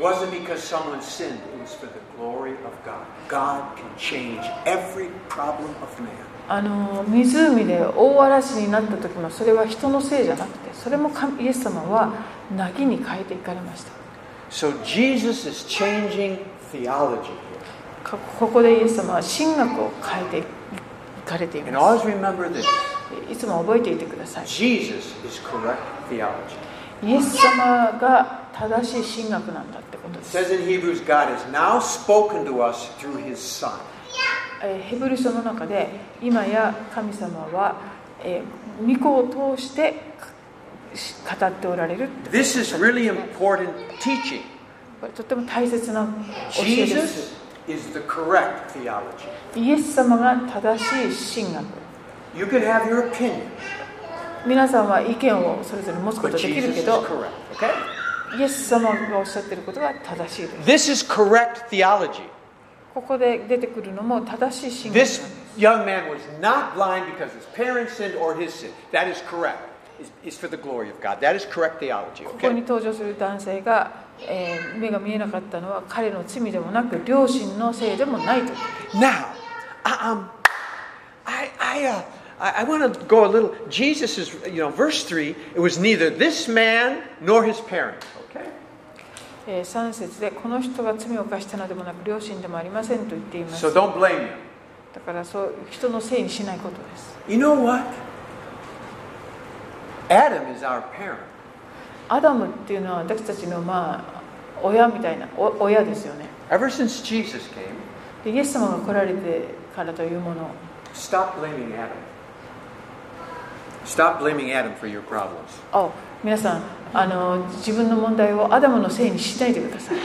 Speaker 1: wasn't because someone sinned, it was for the glory of God. God can change every problem of man.
Speaker 2: あの湖で大嵐になった時もそれは人のせいじゃなくてそれも神イエス様は凪に変えていかれました
Speaker 1: So Jesus is changing theology here.
Speaker 2: かここでイエス様は神学を変えていかれてい
Speaker 1: And
Speaker 2: ます
Speaker 1: always remember this
Speaker 2: いつも覚えていてください。
Speaker 1: Jesus is correct theology.
Speaker 2: イエス様が正しい神学なんだってこ
Speaker 1: It
Speaker 2: とです。
Speaker 1: says in Hebrews, God has now spoken to us through his Son.
Speaker 2: えーヘブル書の中で、今や神様は、えー、御子を通してし語っておられる。
Speaker 1: This is really important teaching.
Speaker 2: これとても大切な
Speaker 1: Oh,
Speaker 2: 教えで
Speaker 1: Jesus
Speaker 2: す。
Speaker 1: is the correct theology.
Speaker 2: イエス様が正しい神学。
Speaker 1: You can have your opinion,
Speaker 2: 皆さんは意見をそれぞれ持つこ
Speaker 1: but
Speaker 2: とできる
Speaker 1: Jesus
Speaker 2: け
Speaker 1: is
Speaker 2: ど、
Speaker 1: correct. Okay?
Speaker 2: イエス様がおっしゃってることが正しいで す。
Speaker 1: This is correct theology.
Speaker 2: ここで出てくるのも正しい神学なんです
Speaker 1: This。young man was not blind because his parents sinned or his sin. That is correct. It's, it's for the glory of God. That is correct theology.
Speaker 2: ここに
Speaker 1: Okay?
Speaker 2: 登場する男性が、えー目が見えなかったのは彼の罪でもなく両親のせいでもないと
Speaker 1: Now, I- um, I, I, uh, I, I want to go a little. Jesus is, you know, verse 3 it was neither this man nor his parents. Okay?
Speaker 2: えー3節でこの人が罪を犯したのでもなく両親でもありませんと言っています
Speaker 1: So don't blame him.
Speaker 2: だからそう人のせいにしないことです
Speaker 1: You know what? Adam is our parent.
Speaker 2: アダムっていうのは私たちのまあ親みたいなお親ですよね
Speaker 1: Ever since Jesus came,
Speaker 2: でイエス様が来られてからというもの
Speaker 1: stop blaming Adam. Stop blaming Adam for your problems.
Speaker 2: を皆さんあの自分の問題をアダムのせいにしないでください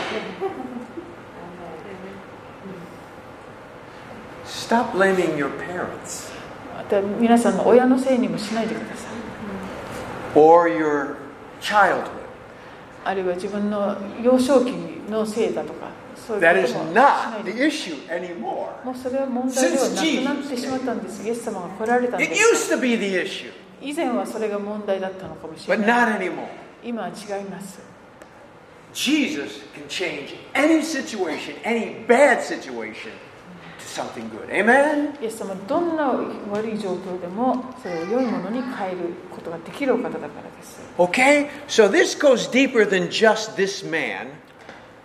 Speaker 1: Stop blaming your parents
Speaker 2: また皆さんの親のせいにもしないでください
Speaker 1: or your childhood.
Speaker 2: あるいは自分の幼少期のせいだとか、そうい
Speaker 1: That
Speaker 2: うこ
Speaker 1: is
Speaker 2: ともしな
Speaker 1: not
Speaker 2: いで
Speaker 1: the issue anymore.
Speaker 2: もうそれは問題ではなくなってしまったんです。イエス様が来られたんで
Speaker 1: It
Speaker 2: す。
Speaker 1: used to be the issue,
Speaker 2: 以前はそれが問題だったのかもしれ
Speaker 1: but not
Speaker 2: ない。
Speaker 1: anymore.
Speaker 2: 今は違います。
Speaker 1: Jesus can change any situation, any bad situation, to something good. Amen?
Speaker 2: イエス様はどんな悪い状況でもそれを良いものに変えることができるお方だからです。
Speaker 1: Okay? So this goes deeper than just this man.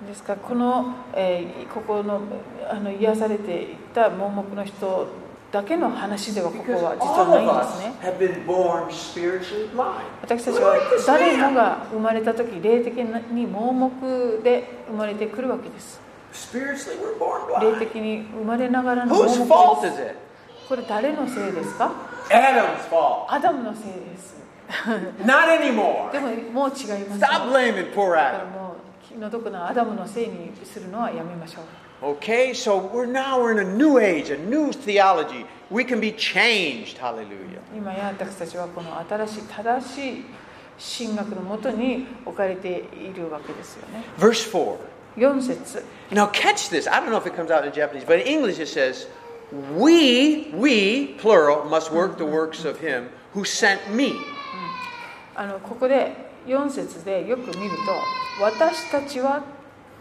Speaker 2: ですからこの、えーここのあの癒されていた盲目の人だけの話ではここ
Speaker 1: Because
Speaker 2: は実
Speaker 1: all
Speaker 2: は
Speaker 1: of
Speaker 2: ないんです
Speaker 1: us。
Speaker 2: ね
Speaker 1: have been born spiritually blind.
Speaker 2: 私たちは誰もが生まれた時霊的に盲目で生まれてくるわけです
Speaker 1: Spiritually, we're born
Speaker 2: 霊
Speaker 1: blind.
Speaker 2: 的に生まれながらの盲
Speaker 1: Whose fault
Speaker 2: 目で
Speaker 1: is
Speaker 2: す
Speaker 1: it?
Speaker 2: これ誰のせいですか
Speaker 1: Adam's fault.
Speaker 2: アダムのせいです
Speaker 1: Not anymore.
Speaker 2: でももう違いま
Speaker 1: Stop
Speaker 2: すだ
Speaker 1: blaming poor
Speaker 2: から
Speaker 1: Adam.
Speaker 2: もう気の毒なアダムのせいにするのはやめましょう
Speaker 1: Okay, so we're now we're in a new age, a new theology. We can be changed. Hallelujah.
Speaker 2: 今や私たちはこの新しい正しい神学のもとに置かれているわけですよね
Speaker 1: Verse 4.
Speaker 2: 4節
Speaker 1: Now catch this. I don't know if it comes out in Japanese, but in English it says, "We, we, plural, must work the works of him who sent me."
Speaker 2: あのここで4節でよく見ると「私たちは」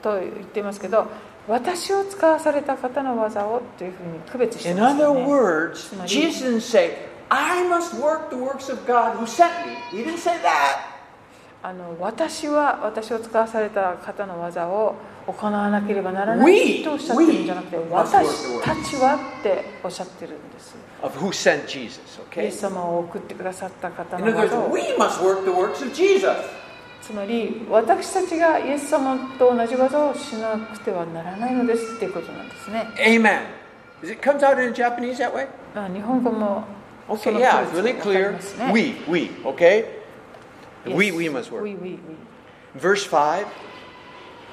Speaker 2: と言ってますけど「私を使わされた方の技を」というふうに区別して
Speaker 3: In
Speaker 2: ます
Speaker 3: other
Speaker 2: よね。
Speaker 3: words,
Speaker 2: It's not
Speaker 3: Jesus didn't say, I must work the works of God who sent me. He didn't say that.
Speaker 2: あの私は私を使わされた方の技を行わなければならな
Speaker 3: We-
Speaker 2: いとおっしゃってるんじゃなくて
Speaker 3: we-
Speaker 2: 私たちはっておっしゃってるんです。
Speaker 1: of who sent Jesus,
Speaker 2: イエ
Speaker 1: okay?
Speaker 2: ス様を送ってくださった方
Speaker 3: In
Speaker 2: の
Speaker 3: other
Speaker 2: 技を
Speaker 3: words, we must work the works of Jesus.
Speaker 2: つまり私たちがイエス様と同じ技をしなくてはならないのですっていうことなんですね。
Speaker 1: Amen. Is it comes out in Japanese that way?
Speaker 2: まあ、日本語も
Speaker 1: Okay, yeah, it's really clear. We, we, okay? We, we must work.
Speaker 2: We, we, we.
Speaker 1: Verse 5,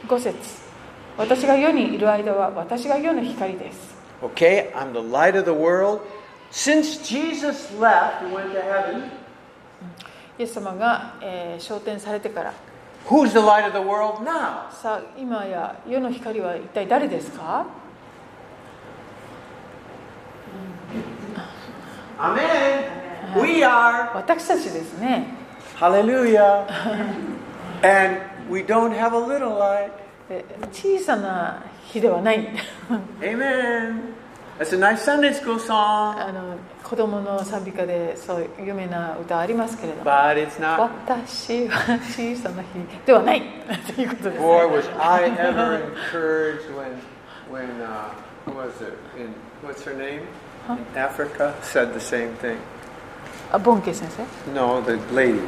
Speaker 2: 5節私が世にいる間は私が世の光です。
Speaker 1: okay, I'm the light of the world. Since Jesus left and went to heaven,
Speaker 2: イエス様が、えー、昇天されてから
Speaker 1: who's the light of the world now?
Speaker 2: さあ今や世の光は一体誰ですか
Speaker 3: Amen. We are.
Speaker 2: 私たちですね。
Speaker 1: Hallelujah. and we don't have a little light.
Speaker 2: で小さな火ではない
Speaker 1: Amen. That's a nice Sunday school song,
Speaker 2: あの子供の賛美歌でそういう有名な歌ありますけれども
Speaker 1: but it's not.
Speaker 2: 私は小さな火ではない ということです、
Speaker 1: Boy,
Speaker 2: ね。
Speaker 1: was I ever encouraged when, when, uh, who was it? In, what's her name? In Africa said the same thing.
Speaker 2: あボンケ先生
Speaker 1: No, the lady.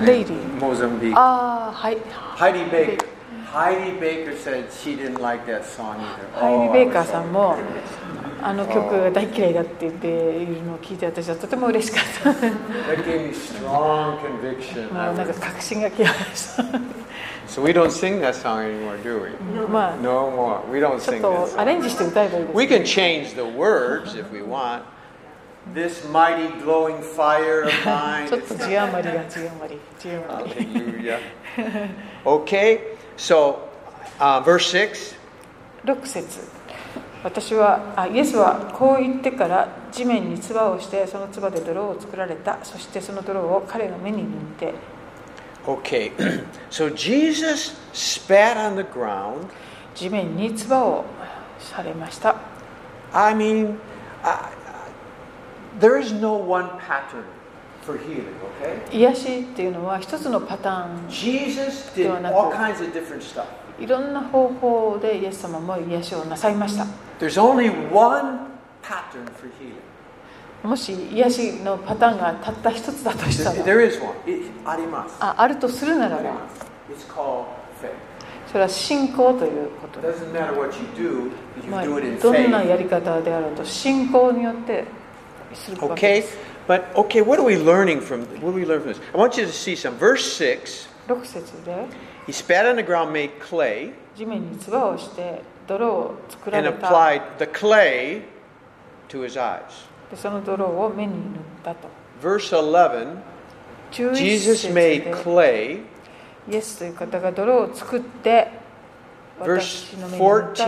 Speaker 2: Lady.
Speaker 1: in Mozambique.
Speaker 2: ああはい
Speaker 1: Heidi Baker. Heidi Baker said she didn't like that song either.
Speaker 2: ハ
Speaker 1: Oh, I
Speaker 2: イ
Speaker 1: was
Speaker 2: リー・ベイカーさ
Speaker 1: sorry.
Speaker 2: んもあの曲が大嫌いだって言っているのを聞いて私はとても嬉しかった
Speaker 1: That gave me strong conviction.
Speaker 2: もうなんか確信が来ました
Speaker 1: So we don't sing that song anymore, do we?
Speaker 2: ま
Speaker 1: No more. We don't
Speaker 2: あちょっ
Speaker 1: sing that
Speaker 2: とア
Speaker 1: song.
Speaker 2: レンジして歌えばいいです
Speaker 1: We can change the words if we want. This mighty glowing fire of mine.
Speaker 2: ちょっと字余りが字余り字余り
Speaker 1: Hallelujah. Okay, so uh, verse 6.
Speaker 2: 6節私はあイエスはこう言ってから地面に唾をしてその唾で泥を作られたそしてその泥を彼の目に塗って
Speaker 1: Okay, so Jesus spat on the ground.
Speaker 2: 地面に唾をされました
Speaker 1: I mean, I, I- there is no one pattern for healing, okay?
Speaker 2: 癒しっていうのは一つのパターン
Speaker 1: Jesus did
Speaker 2: Doing
Speaker 1: all
Speaker 2: nothing.
Speaker 1: kinds of different stuff.
Speaker 2: いろんな方法でイエス様も癒しをなさいました
Speaker 1: There's only one pattern for healing.
Speaker 2: もし癒しのパターンがたった一つだとした
Speaker 1: There,
Speaker 2: ら
Speaker 1: there is one. It, arimasu.
Speaker 2: ああるとするならば
Speaker 1: Arimasu. It's called faith.
Speaker 2: それは信仰ということ
Speaker 1: It
Speaker 2: です、
Speaker 1: doesn't matter what you do, if you
Speaker 2: まあ
Speaker 1: do it in
Speaker 2: どんな
Speaker 1: faith.
Speaker 2: やり方であろうと信仰によってするわけで
Speaker 1: Okay,
Speaker 2: す
Speaker 1: but okay, what are we learning from what do we learn from this? I want you to see some. Verse six,
Speaker 2: 6節で
Speaker 1: he spat on the ground, made clay,
Speaker 2: 地面に唾をして泥を作ら
Speaker 1: and
Speaker 2: れた
Speaker 1: applied the clay to his eyes.
Speaker 2: でその泥を目に塗ったと
Speaker 1: Verse eleven,
Speaker 2: 11
Speaker 1: Jesus
Speaker 2: 節
Speaker 1: made
Speaker 2: で
Speaker 1: clay.
Speaker 2: イエスという方が泥を作って
Speaker 1: Verse
Speaker 2: 私の目に塗った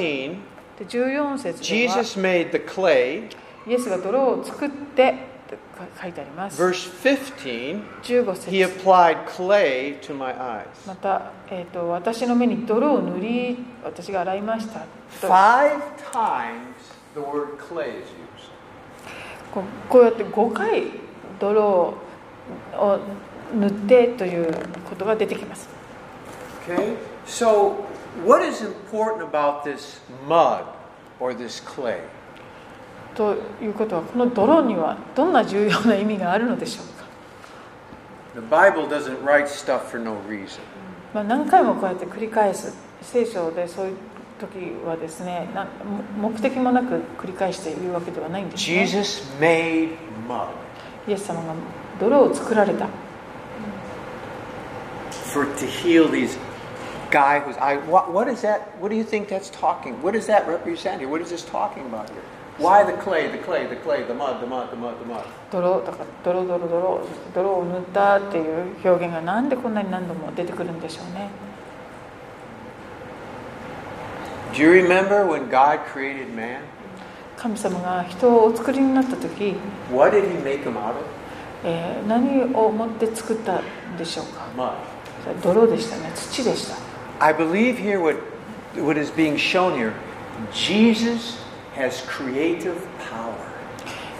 Speaker 2: で
Speaker 1: 14,
Speaker 2: 14節では
Speaker 1: Jesus made the clay.
Speaker 2: イエスが泥を作ってとか書いてあります
Speaker 1: Verse 15,
Speaker 2: 15
Speaker 1: he
Speaker 2: 節
Speaker 1: applied clay to my eyes.
Speaker 2: また、えーと「私の目に泥を塗り私が洗いました」と
Speaker 1: Five times the word clay is used.
Speaker 2: こうこうやって5回泥をを塗ってということが出てきます
Speaker 1: Okay? So, what is important about this mud or this clay?
Speaker 2: ということはこの泥にはどんな重要な意味があるのでしょうか、
Speaker 1: The Bible doesn't write stuff for no reason.
Speaker 2: まあ、何回もこうやって繰り返す聖書でそういう時はですねな目的もなく繰り返しているわけではないんです、ね、
Speaker 1: Jesus made mud
Speaker 2: イエス様が泥を作られた
Speaker 1: for to heal these guy who's I what, what is that? What do you think that's talking? What does that represent here? What is this talking about here? Why the clay, the clay, the clay, the mud, the mud, the mud, the mud?
Speaker 2: 泥とか泥泥泥泥を塗ったっていう表現がなんでこんなに何度も出てくるんでしょうね
Speaker 1: Do you remember when God created man?
Speaker 2: 神様が人をお作りになった時
Speaker 1: What did he make him out of?
Speaker 2: えー何を持って作ったんでしょうか
Speaker 1: Mud.
Speaker 2: 泥でしたね土でした
Speaker 1: I believe here what, what is being shown here Jesus has creative power.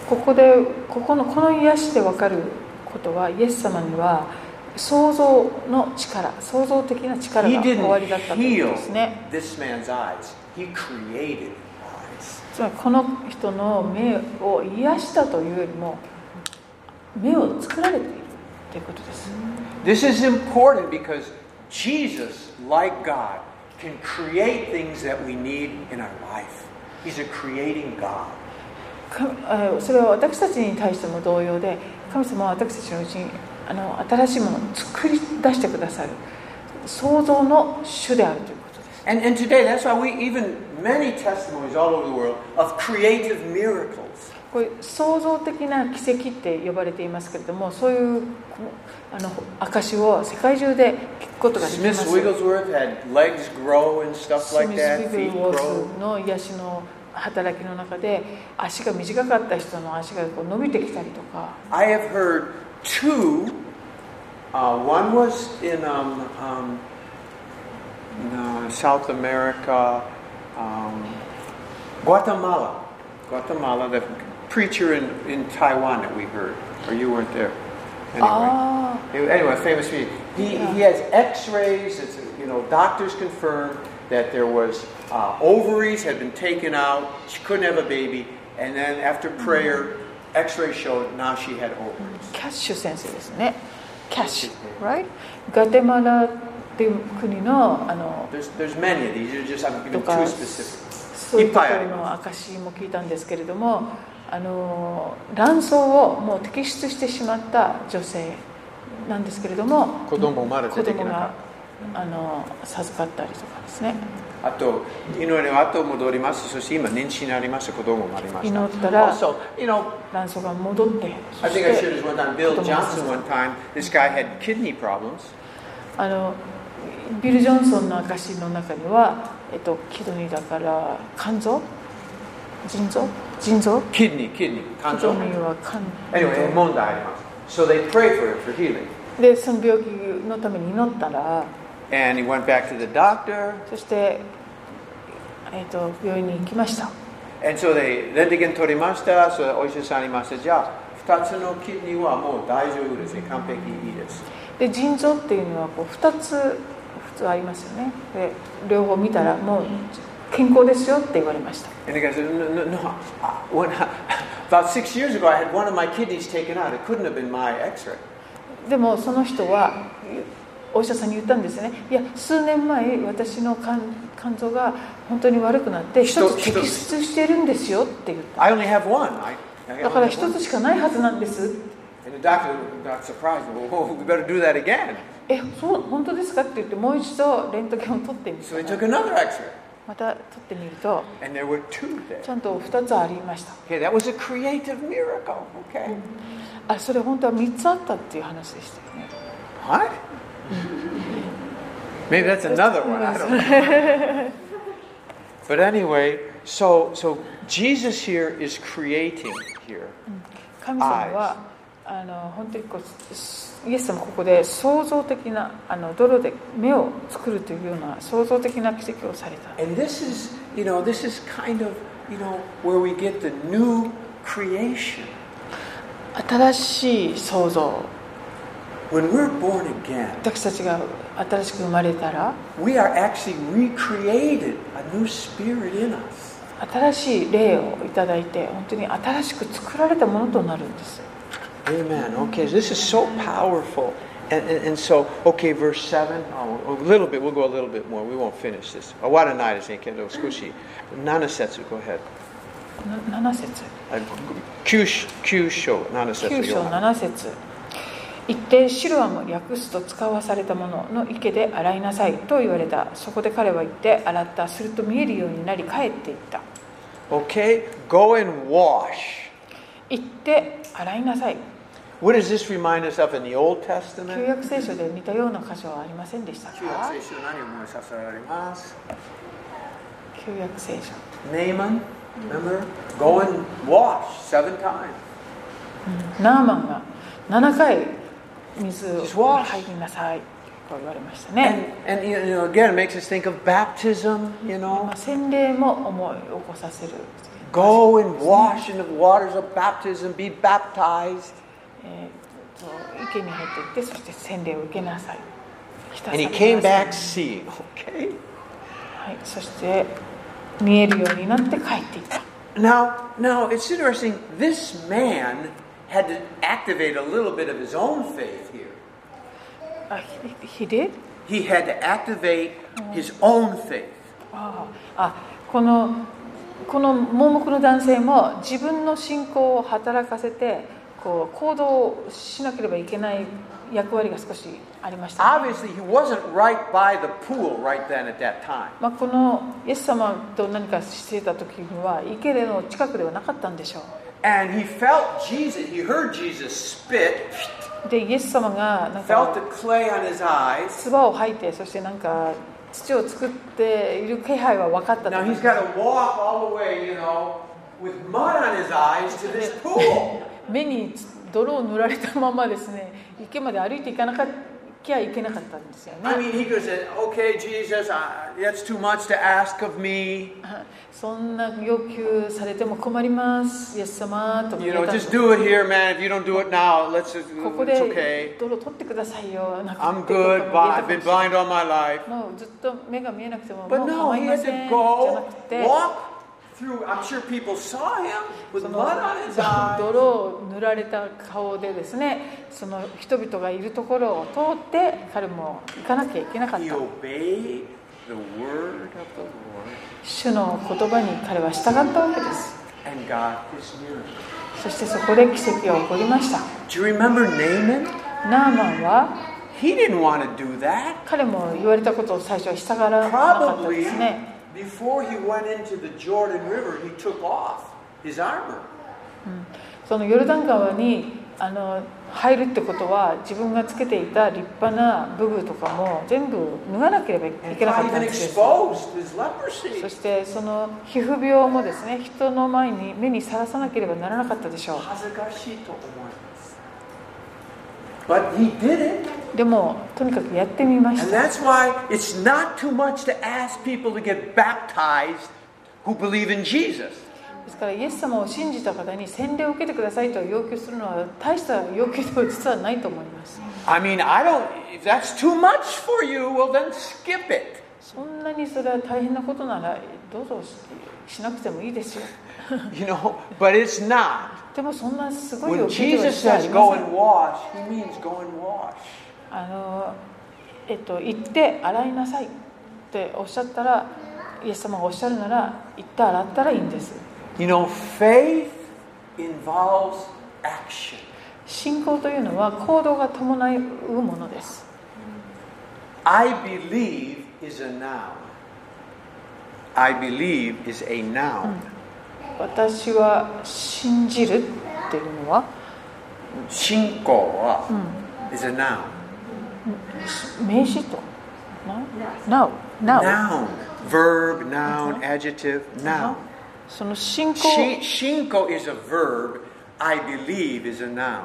Speaker 2: ここでここのこの癒しで分かることはイエス様には創造の力創造的な力
Speaker 1: He
Speaker 2: が終わり
Speaker 1: didn't
Speaker 2: だったという
Speaker 1: heal
Speaker 2: ことですね
Speaker 1: this man's eyes, he created eyes.
Speaker 2: つまりこの人の目を癒したというよりも目を作られているということです、
Speaker 1: This is important because Jesus, like God, can create things that we need in our life. He's a creating God.
Speaker 2: かえーそれは私たちに対しても同様で神様は私たちのうちにあの新しいものを作り出してくださる創造の主であるということです
Speaker 1: And, and today, that's why we even many testimonies all over the world of creative miracles.
Speaker 2: こういう創造的な奇跡って呼ばれていますけれどもそういうこうあの証を世界中で聞くことができます
Speaker 1: Miss Wigglesworth had legs grow and stuff
Speaker 2: ス
Speaker 1: like
Speaker 2: ミス・ウ
Speaker 1: that, feet
Speaker 2: ィグ
Speaker 1: grow.
Speaker 2: ルウォーズの癒しの働きの中で足が短かった人の足がこう伸びてきたりとか
Speaker 1: I have heard two. Uh, one was in, um, um, in, uh, South America, um, Guatemala. Guatemala, the preacher in, in Taiwan that we heard, or you weren't there. Anyway.
Speaker 2: あ
Speaker 1: Anyway, famous he, he, he has x-rays, it's, you know, doctors confirmed that there was uh, ovaries had been taken out, she couldn't have a baby, and then after prayer, x-ray showed now she had ovaries.
Speaker 2: あキャッシュ先生ですねキャッシュ、right? ガテマラっていう国のあの
Speaker 1: There's, there's many of these, you're just, I'm
Speaker 2: と
Speaker 1: giving
Speaker 2: か
Speaker 1: two specific.
Speaker 2: そういうとこ
Speaker 1: いっぱいあ
Speaker 2: ろ
Speaker 1: り
Speaker 2: の証も聞いたんですけれどもあの卵巣をもう摘出してしまった女性なんですけれども
Speaker 1: 子供まだ
Speaker 2: 子
Speaker 1: 出てき
Speaker 2: 供
Speaker 1: なか
Speaker 2: があの授かったりとかですね
Speaker 1: あと、祈りの後戻ります。そして今、妊娠になりました。子供もありました。
Speaker 2: 祈ったら、
Speaker 1: Also, you know,
Speaker 2: 卵巣が戻ってそ
Speaker 1: I
Speaker 2: して
Speaker 1: think I shared this one time. Bill
Speaker 2: 子供が
Speaker 1: Johnson, one time, this guy had kidney problems.
Speaker 2: あのビル・ジョンソンの証の中には、えっと、キドニーだから肝臓腎臓腎臓
Speaker 1: Kidney, kidney,
Speaker 2: キ
Speaker 1: 肝臓。
Speaker 2: ドニーは肝
Speaker 1: Anyway,
Speaker 2: 臓
Speaker 1: 問題あります。So they prayed for him for healing.
Speaker 2: でその病気のために祈ったら
Speaker 1: And he went back to the doctor.
Speaker 2: そして、えっと、病院に行きました
Speaker 1: And so they, レントゲン取りました。So お医者さんに言いました。じゃあ、2つのキドニーはもう大丈夫ですね。完璧いいです。
Speaker 2: で腎臓っていうのはこう2つ普通ありますよねで両方見たらもう健康ですよって言われました
Speaker 1: And the guy said, no, no, no. When I, about six years ago, I had one of my kidneys taken out. It couldn't have been my x-ray.
Speaker 2: でもその人はお医者さんに言ったんですねいや数年前私の肝肝臓が本当に悪くなって一つ
Speaker 1: 人
Speaker 2: 摘出してるんですよって言った
Speaker 1: I only have one. I, I
Speaker 2: だから
Speaker 1: only
Speaker 2: 一
Speaker 1: have one.
Speaker 2: つしかないはずなんです
Speaker 1: And the doctor got surprised. Well, we better do that again.
Speaker 2: えそう本当ですかって言ってもう一度レントゲンを取ってみ
Speaker 1: So they
Speaker 2: た
Speaker 1: took
Speaker 2: ら
Speaker 1: another x-ray.
Speaker 2: また取ってみると
Speaker 1: And there were two there.
Speaker 2: ちゃんと2つありました
Speaker 1: Okay, that was a creative miracle. Okay.
Speaker 2: あそれ本当は3つあったっていう話でしたよね
Speaker 1: What? Maybe that's another one. I don't know. but anyway, so so Jesus here is creating here.
Speaker 2: 神様はあの本当にこうすイエス様ここで創造的なあの泥で目を作るというような創造的な奇跡をされた
Speaker 1: And this is, you know, this is kind of, you know, where we get the new creation.
Speaker 2: 新しい創造
Speaker 1: When we're born again,
Speaker 2: 私たちが新しく生まれたら
Speaker 1: we are actually recreated, a new spirit in us.
Speaker 2: 新しい霊をいただいて本当に新しく作られたものとなるんです
Speaker 1: Amen. Okay, this is so powerful. And, and, and so, okay, verse 7, oh, a little bit, we'll go a little bit more. We won't finish this. Oh, what a night is it? Kendo Skushi. Nanasetsu, go ahead.
Speaker 2: な7節
Speaker 1: Uh, Kyushu, Kyushu,
Speaker 2: 9
Speaker 1: Nanasetsu. yo.
Speaker 2: 章7節行ってシルアム略すと使わされたものの池で洗いなさいと言われたそこで彼は行って洗ったすると見えるようになり帰っていった
Speaker 1: Okay, go and wash.
Speaker 2: 行って洗いなさい
Speaker 1: What does this remind us of in the Old
Speaker 2: 旧
Speaker 1: Testament?
Speaker 2: 約聖書で似たような箇所はありませんでしたか旧約聖書
Speaker 1: Naaman, remember? Go and wash seven times.
Speaker 2: ナーマンが7回水を
Speaker 1: Just wash.
Speaker 2: 入りなさいこう言われました
Speaker 1: And,
Speaker 2: ね、
Speaker 1: and you know, again, it makes us think of baptism, you
Speaker 2: ま
Speaker 1: know.
Speaker 2: あ、洗礼も思い起こさせる、
Speaker 1: Go and wash in the waters of baptism, be baptized.
Speaker 2: えーと池に入っていってそして洗礼を受けなさいひた
Speaker 1: And
Speaker 2: す
Speaker 1: he came
Speaker 2: ら
Speaker 1: back seeing, okay?
Speaker 2: はい、そして見えるようになって帰っていった。
Speaker 1: Now, now it's interesting. This man had to activate a little bit of his own faith here.
Speaker 2: あ、ひひで
Speaker 1: He had to activate his own faith.
Speaker 2: あああこのこの盲目の男性も自分の信仰を働かせてこう行動をしなければいけない役割が少しありました、ね
Speaker 1: Obviously, he wasn't right by the pool right then at that time.
Speaker 2: まあ、このイエス様と何かしてた時には池での近くではなかったんでしょ
Speaker 1: And he felt Jesus, he heard Jesus spit,
Speaker 2: うでイエス様がなん
Speaker 1: felt
Speaker 2: か
Speaker 1: the clay on his eyes.
Speaker 2: 唾を吐いてそしてなんか土を作っている気配は分かったと
Speaker 1: Now
Speaker 2: 思い
Speaker 1: he's
Speaker 2: ます
Speaker 1: got to walk all the way, you know, with mud on his eyes to this pool.
Speaker 2: 目に泥を塗られたままですね池まで歩いていかなきゃいけなかったんですよ
Speaker 1: I
Speaker 2: ね
Speaker 1: mean, he could have said, okay, Jesus, I, that's too much to ask of me.
Speaker 2: そんな要求されても困りますイエス様とも
Speaker 1: You
Speaker 2: 言え
Speaker 1: know,
Speaker 2: た
Speaker 1: just
Speaker 2: と
Speaker 1: do it here, man. If you don't do it now, let's just,
Speaker 2: ここ
Speaker 1: it's
Speaker 2: で
Speaker 1: okay.
Speaker 2: 泥取ってくださいよなんか
Speaker 1: I'm good.
Speaker 2: とも
Speaker 1: Blind.
Speaker 2: 言えた
Speaker 1: I've been
Speaker 2: かもしれない
Speaker 1: blind all my life.
Speaker 2: もうずっと目が見えなくてももう
Speaker 1: But no,
Speaker 2: 構い
Speaker 1: he
Speaker 2: ま
Speaker 1: had
Speaker 2: せん
Speaker 1: to
Speaker 2: じゃな
Speaker 1: go
Speaker 2: くて
Speaker 1: walk through. I'm sure people saw him with
Speaker 2: そ
Speaker 1: mud on his
Speaker 2: の
Speaker 1: eyes.
Speaker 2: 泥を塗られた顔でですねその人々がいるところを通って彼も行かなきゃいけなかっ
Speaker 1: He
Speaker 2: た
Speaker 1: obeyed the word of the Lord,
Speaker 2: 主の言葉に彼は従ったわけです
Speaker 1: and God is near.
Speaker 2: そしてそこで奇跡が起こりました
Speaker 1: Do you remember Naaman?
Speaker 2: ナーマンは
Speaker 1: He didn't want to do that.
Speaker 2: 彼も言われたことを最初は従わなかった
Speaker 1: Probably
Speaker 2: ですね
Speaker 1: before he went into the Jordan River, he took off his armor.
Speaker 2: そのヨルダン川にあの入るってことは自分がつけていた立派な武具とかも全部脱がなければい
Speaker 1: And
Speaker 2: けなか
Speaker 1: not
Speaker 2: ったん
Speaker 1: even
Speaker 2: ですよ
Speaker 1: exposed his leprosy.
Speaker 2: そしてその皮膚病もですね人の前に目にさらさなければならなかったでしょ
Speaker 1: 恥ずかしいと思います。But he did it.
Speaker 2: うでもとにかくやってみまし
Speaker 1: And
Speaker 2: た
Speaker 1: that's why it's not too much to ask people to get baptized who believe in Jesus.
Speaker 2: ですからイエス様を信じた方に洗礼を受けてくださいと要求するのは大した要求では実はないと思います
Speaker 1: I mean, I don't, if that's too much for you, well, then skip it.
Speaker 2: そんなにそれは大変なことならどうぞししなくてもいいですよ
Speaker 1: You know, but it's not.
Speaker 2: でもそんなすごい
Speaker 1: When
Speaker 2: お給料
Speaker 1: Jesus
Speaker 2: してあ
Speaker 1: says
Speaker 2: りま
Speaker 1: go
Speaker 2: せん
Speaker 1: and wash, he means go and wash.
Speaker 2: あのえっと行って洗いなさいっておっしゃったらイエス様がおっしゃるなら行って洗ったらいいんです
Speaker 1: You know, faith involves action.
Speaker 2: 信仰というのは行動が伴うものです
Speaker 1: I believe is a noun. I believe is a noun.
Speaker 2: 私は信じるっていうのは
Speaker 1: Shinko uh, is a noun.
Speaker 2: 名詞とな Now Now
Speaker 1: Noun. Verb, noun, adjective, noun.
Speaker 2: その信仰
Speaker 1: Shi- Shinko is a verb. I believe is a noun.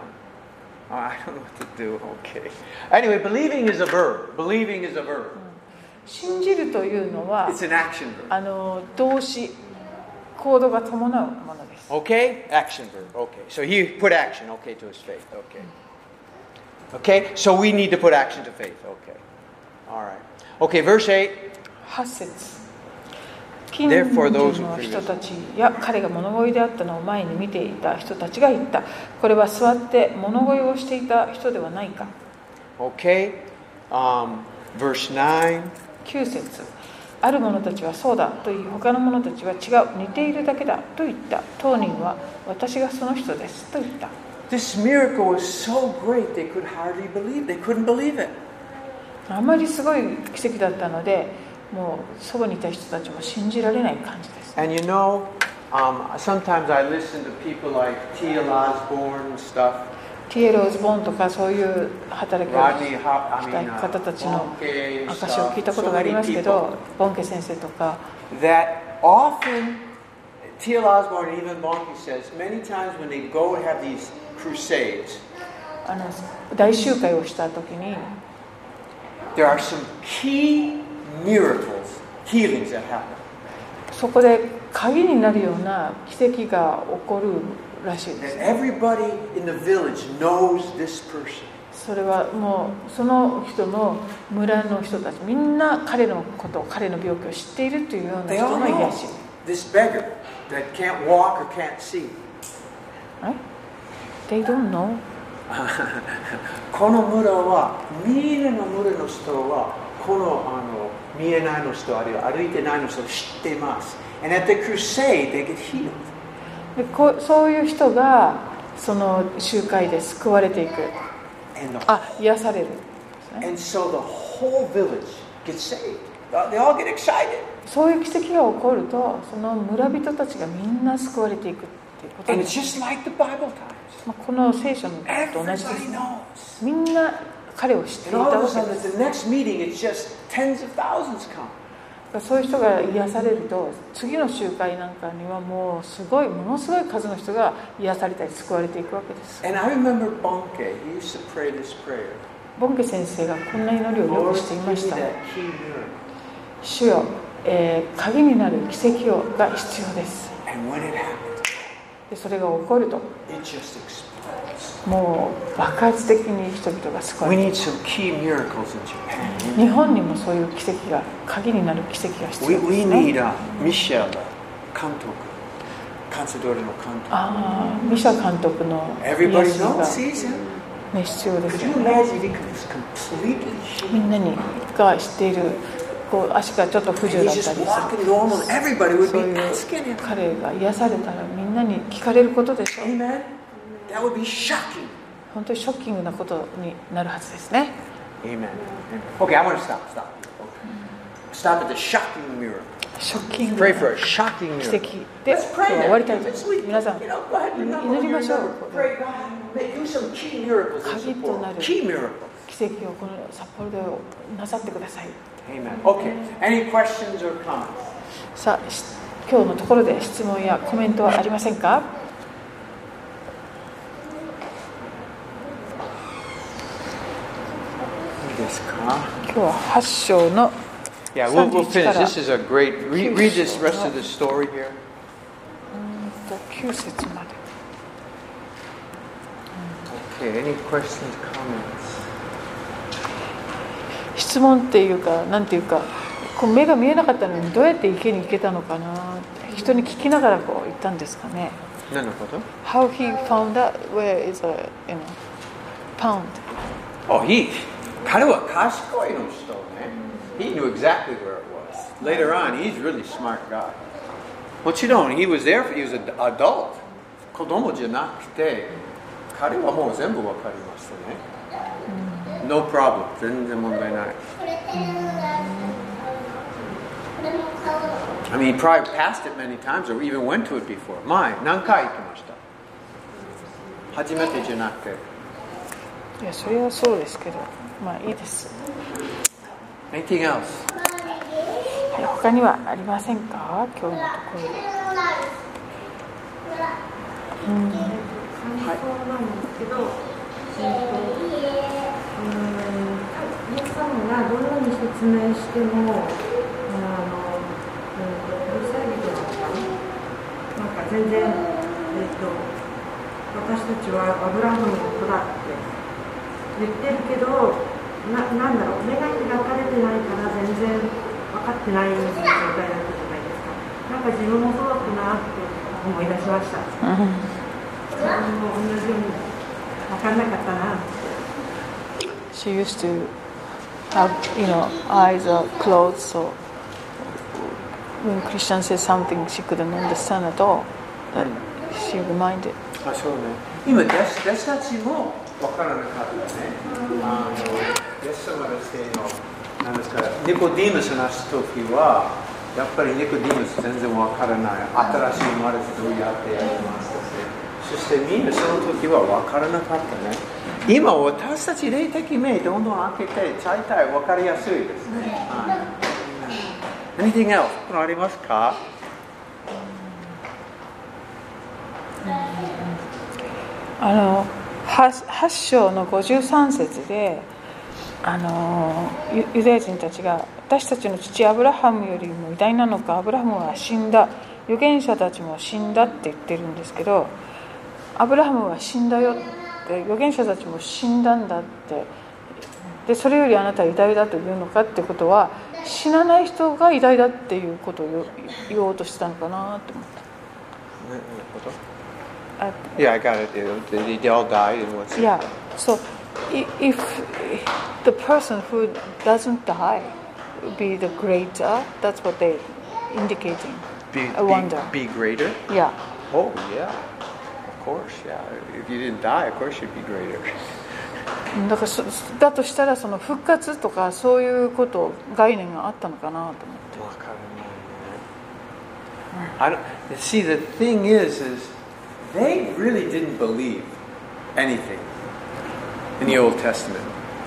Speaker 1: Oh, I don't know what to do. Okay. Anyway, believing is a verb. Believing is a verb.
Speaker 2: 信じるというのは
Speaker 1: It's an action verb.
Speaker 2: あの動詞行動が伴うものです
Speaker 1: Okay? Action verb. Okay. So he put action, okay, to his faith. Okay. Okay? So we need to put action to faith. Okay. All right. Okay, verse 8.
Speaker 2: 8節近
Speaker 1: Therefore, those who
Speaker 2: 所の
Speaker 1: previously-
Speaker 2: 人たちや彼が物乞いであったのを前に見ていた人たちが言ったこれは座って物乞いをしていた人ではないか
Speaker 1: Okay? Um, verse 9.
Speaker 2: 9節ある者たちはそうだと言い他の者たちは違う似ているだけだと言った当人は私がその人ですと言った
Speaker 1: This miracle was so great they could hardly believe. They couldn't believe it.
Speaker 2: あまりすごい奇跡だったのでもうそばにいた人たちも信じられない感じです
Speaker 1: And you know, um, sometimes I listen to people like T.L. Osborne and stuff,
Speaker 2: ティエル・オズボーンとかそういう働きを
Speaker 1: Rodney Hop, I
Speaker 2: し
Speaker 1: mean,
Speaker 2: た
Speaker 1: uh,
Speaker 2: 方たちの
Speaker 1: Bonke and
Speaker 2: 証を
Speaker 1: stuff,
Speaker 2: 聞いたこと
Speaker 1: so
Speaker 2: がありま
Speaker 1: many
Speaker 2: すけ
Speaker 1: people
Speaker 2: ど、ボンケ先生とか、
Speaker 1: that often, T.L. Osborne and even Monkey says, many times when they go and have these crusades,
Speaker 2: あの大集会をした時に
Speaker 1: There are some key miracles, healings that happen.
Speaker 2: そこで鍵になるような奇跡が起こるらしい
Speaker 1: And
Speaker 2: です
Speaker 1: everybody in the village knows this person.
Speaker 2: それはもうその人の村の人たちみんな彼のことを彼の病気を知っているというような
Speaker 1: They
Speaker 2: 人
Speaker 1: all
Speaker 2: の癒
Speaker 1: know
Speaker 2: し
Speaker 1: this beggar that can't walk or can't see.
Speaker 2: はい They don't know
Speaker 1: この村は、見えないの村の人は、このあの見えないの人、あるいは歩いてないの人を知っています。And at the crusade, they get healed.
Speaker 2: でこうそういう人がその集会で救われていく
Speaker 1: And, the,
Speaker 2: あ癒されるんですね
Speaker 1: and so the whole village gets saved. Uh, They all get excited.
Speaker 2: そういう奇跡が起こるとその村人たちがみんな救われていくっていうこと
Speaker 1: And
Speaker 2: で
Speaker 1: it's
Speaker 2: す、
Speaker 1: just like the Bible times.
Speaker 2: まあ、この聖書のと同じで
Speaker 1: Everybody
Speaker 2: す
Speaker 1: knows.
Speaker 2: みんな彼を知ってい
Speaker 1: And
Speaker 2: た
Speaker 1: all of a
Speaker 2: わけで
Speaker 1: sudden, at
Speaker 2: す
Speaker 1: the next meeting, it's just tens of thousands come.
Speaker 2: そういう人が癒されると次の集会なんかにはもうすごいものすごい数の人が癒されたり救われていくわけです
Speaker 1: And I remember Bonke, he used to pray this prayer.
Speaker 2: ボンケ先生がこんな祈りをよ
Speaker 1: Lord,
Speaker 2: くしてい
Speaker 1: give
Speaker 2: ま
Speaker 1: me
Speaker 2: した
Speaker 1: that key miracle.
Speaker 2: 主よ、えー鍵になる奇跡をが必要です
Speaker 1: And when it happened,
Speaker 2: でそれが起こると
Speaker 1: it just explodes.
Speaker 2: もう爆発的に人々が救わ
Speaker 1: We
Speaker 2: れて
Speaker 1: need some key miracles in Japan.
Speaker 2: 日本にもそういう奇跡が鍵になる奇跡が必
Speaker 1: We,
Speaker 2: 要で
Speaker 1: we
Speaker 2: す、ね、
Speaker 1: need uh, Michelle, Kantoku, Kansadori no Kantoku.
Speaker 2: ああミシャ監督
Speaker 1: Uh,
Speaker 2: の癒
Speaker 1: Everybody
Speaker 2: しが、
Speaker 1: knows, sees him.
Speaker 2: ね、必要で
Speaker 1: Could
Speaker 2: す
Speaker 1: you
Speaker 2: よね
Speaker 1: imagine if he was completely healed?
Speaker 2: みんなにが知っているこう足がちょっと不自由
Speaker 1: And
Speaker 2: だ
Speaker 1: he's
Speaker 2: った
Speaker 1: just
Speaker 2: り
Speaker 1: walking
Speaker 2: す
Speaker 1: normal. and Everybody would
Speaker 2: る
Speaker 1: be
Speaker 2: そういう
Speaker 1: asking him.
Speaker 2: 彼が癒されたらみんなに聞かれることでしょう
Speaker 1: Amen. That would be shocking.
Speaker 2: 本当にショッキングなことになるはずですね
Speaker 1: Amen. Okay, I want to stop. Stop. Stop at the shocking miracle.
Speaker 2: ショッキング
Speaker 1: Pray for
Speaker 2: な
Speaker 1: a shocking
Speaker 2: 奇
Speaker 1: miracle.
Speaker 2: 跡で今日は終わりたいで
Speaker 1: Let's
Speaker 2: す
Speaker 1: we-
Speaker 2: 皆さん
Speaker 1: you know, go ahead and remember
Speaker 2: 祈
Speaker 1: what
Speaker 2: りま
Speaker 1: you
Speaker 2: しょう
Speaker 1: remember. Pray, God, make- do some key miracles in
Speaker 2: 鍵と
Speaker 1: Sapporo.
Speaker 2: なる
Speaker 1: Key miracles.
Speaker 2: 奇跡をこの札幌でなさってください
Speaker 1: Amen. Okay. Any questions or comments?
Speaker 2: さあし今日のところで質問やコメントはありませんか今日は8章の
Speaker 1: Yeah, we'll, we'll
Speaker 2: 31
Speaker 1: finish.
Speaker 2: から
Speaker 1: This is a great. Read, read this rest of the story here.
Speaker 2: 9節まで
Speaker 1: Okay. Any questions, comments?
Speaker 2: 質問っていうかなんていうかこう目が見えなかったのにどうやって池に行けたのかなって人に聞きながらこう言ったんですかね
Speaker 1: None of them.
Speaker 2: How he found out where is a you know, pound
Speaker 1: Oh, he. Karua Kaskoi no Shito, man. He knew exactly where it was. Later on, he's a really smart guy. But you know, he was there, for, he was an adult. Kodomo janakute, kare wa mou zenbu wakarimashita ne. No problem. Zenzen mondai nai. I mean, he probably passed it many times or even went to it before. Mai, nankai ikimashita. Hajimete janakute.
Speaker 2: いやそれはそうですけどまあいいです
Speaker 1: Anything else?
Speaker 2: はい他にはありませんか今日のところで
Speaker 5: 感想なんですけど、えっと、うーん、皆さんがどんなに説明しても、あの、うんと、古人だったりなんか全然、えっと、私たちはアブラハムの子だって言ってるけど、ななんだろう、目が開かれてないから全然分かってない状態だったじゃないですか。なんか自分もそうだったなって思い出しました。自分も同じように分かんなかったな。
Speaker 2: She used to have, you know, eyes are closed, so when Christian says something she couldn't understand at all, that she reminded.
Speaker 1: あそうね今弟子弟子たちも分からなかったね、あの弟子様がしてのなんですかニコディムスの話す時はやっぱりニコディムス全然分からない新しい生まれてどうやってやりますかってそしてみんなその時は分からなかったね今私たち霊的目どんどん開けて大体分かりやすいですね、はい、Anything else これありますか
Speaker 2: あの 8, 8章の53節であのユユダヤ人たちが私たちの父アブラハムよりも偉大なのかアブラハムは死んだ預言者たちも死んだって言ってるんですけどアブラハムは死んだよって預言者たちも死んだんだってでそれよりあなたは偉大だというのかってことは死なない人が偉大だっていうことを言お言おうとしてたのかなと思ってあ
Speaker 1: Yeah, I got it. They, they, they all died in one second.
Speaker 2: Uh, Yeah. So i- if the person who doesn't die would be the greater, that's what they indicating.
Speaker 1: Be,
Speaker 2: I wonder.
Speaker 1: Be, be greater?
Speaker 2: Yeah.
Speaker 1: Oh, yeah. Of course, yeah. If you didn't die, of course you'd be greater.
Speaker 2: だからそだとしたらその復活とかそういうこと概念があったのかなと思って
Speaker 1: I don't, see, the thing is, is they really didn't believe anything in the Old Testament.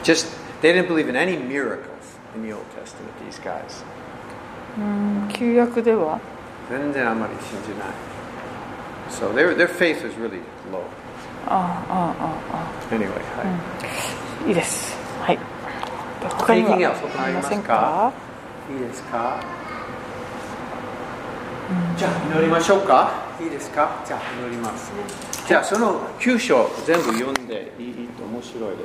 Speaker 1: Just, they didn't believe in any miracles in the Old Testament, these guys.
Speaker 2: 旧約では
Speaker 1: So their, their faith was really low.
Speaker 2: あああああ
Speaker 1: Anyway, hi.
Speaker 2: あいいですはい他には
Speaker 1: Anything else? 他あ
Speaker 2: あり
Speaker 1: り
Speaker 2: ま
Speaker 1: ますか
Speaker 2: せんか
Speaker 1: いいですか、じゃあ祈りましょうかいいですかじゃあ祈ります、じゃあその9章全部読んでいいいい面白いです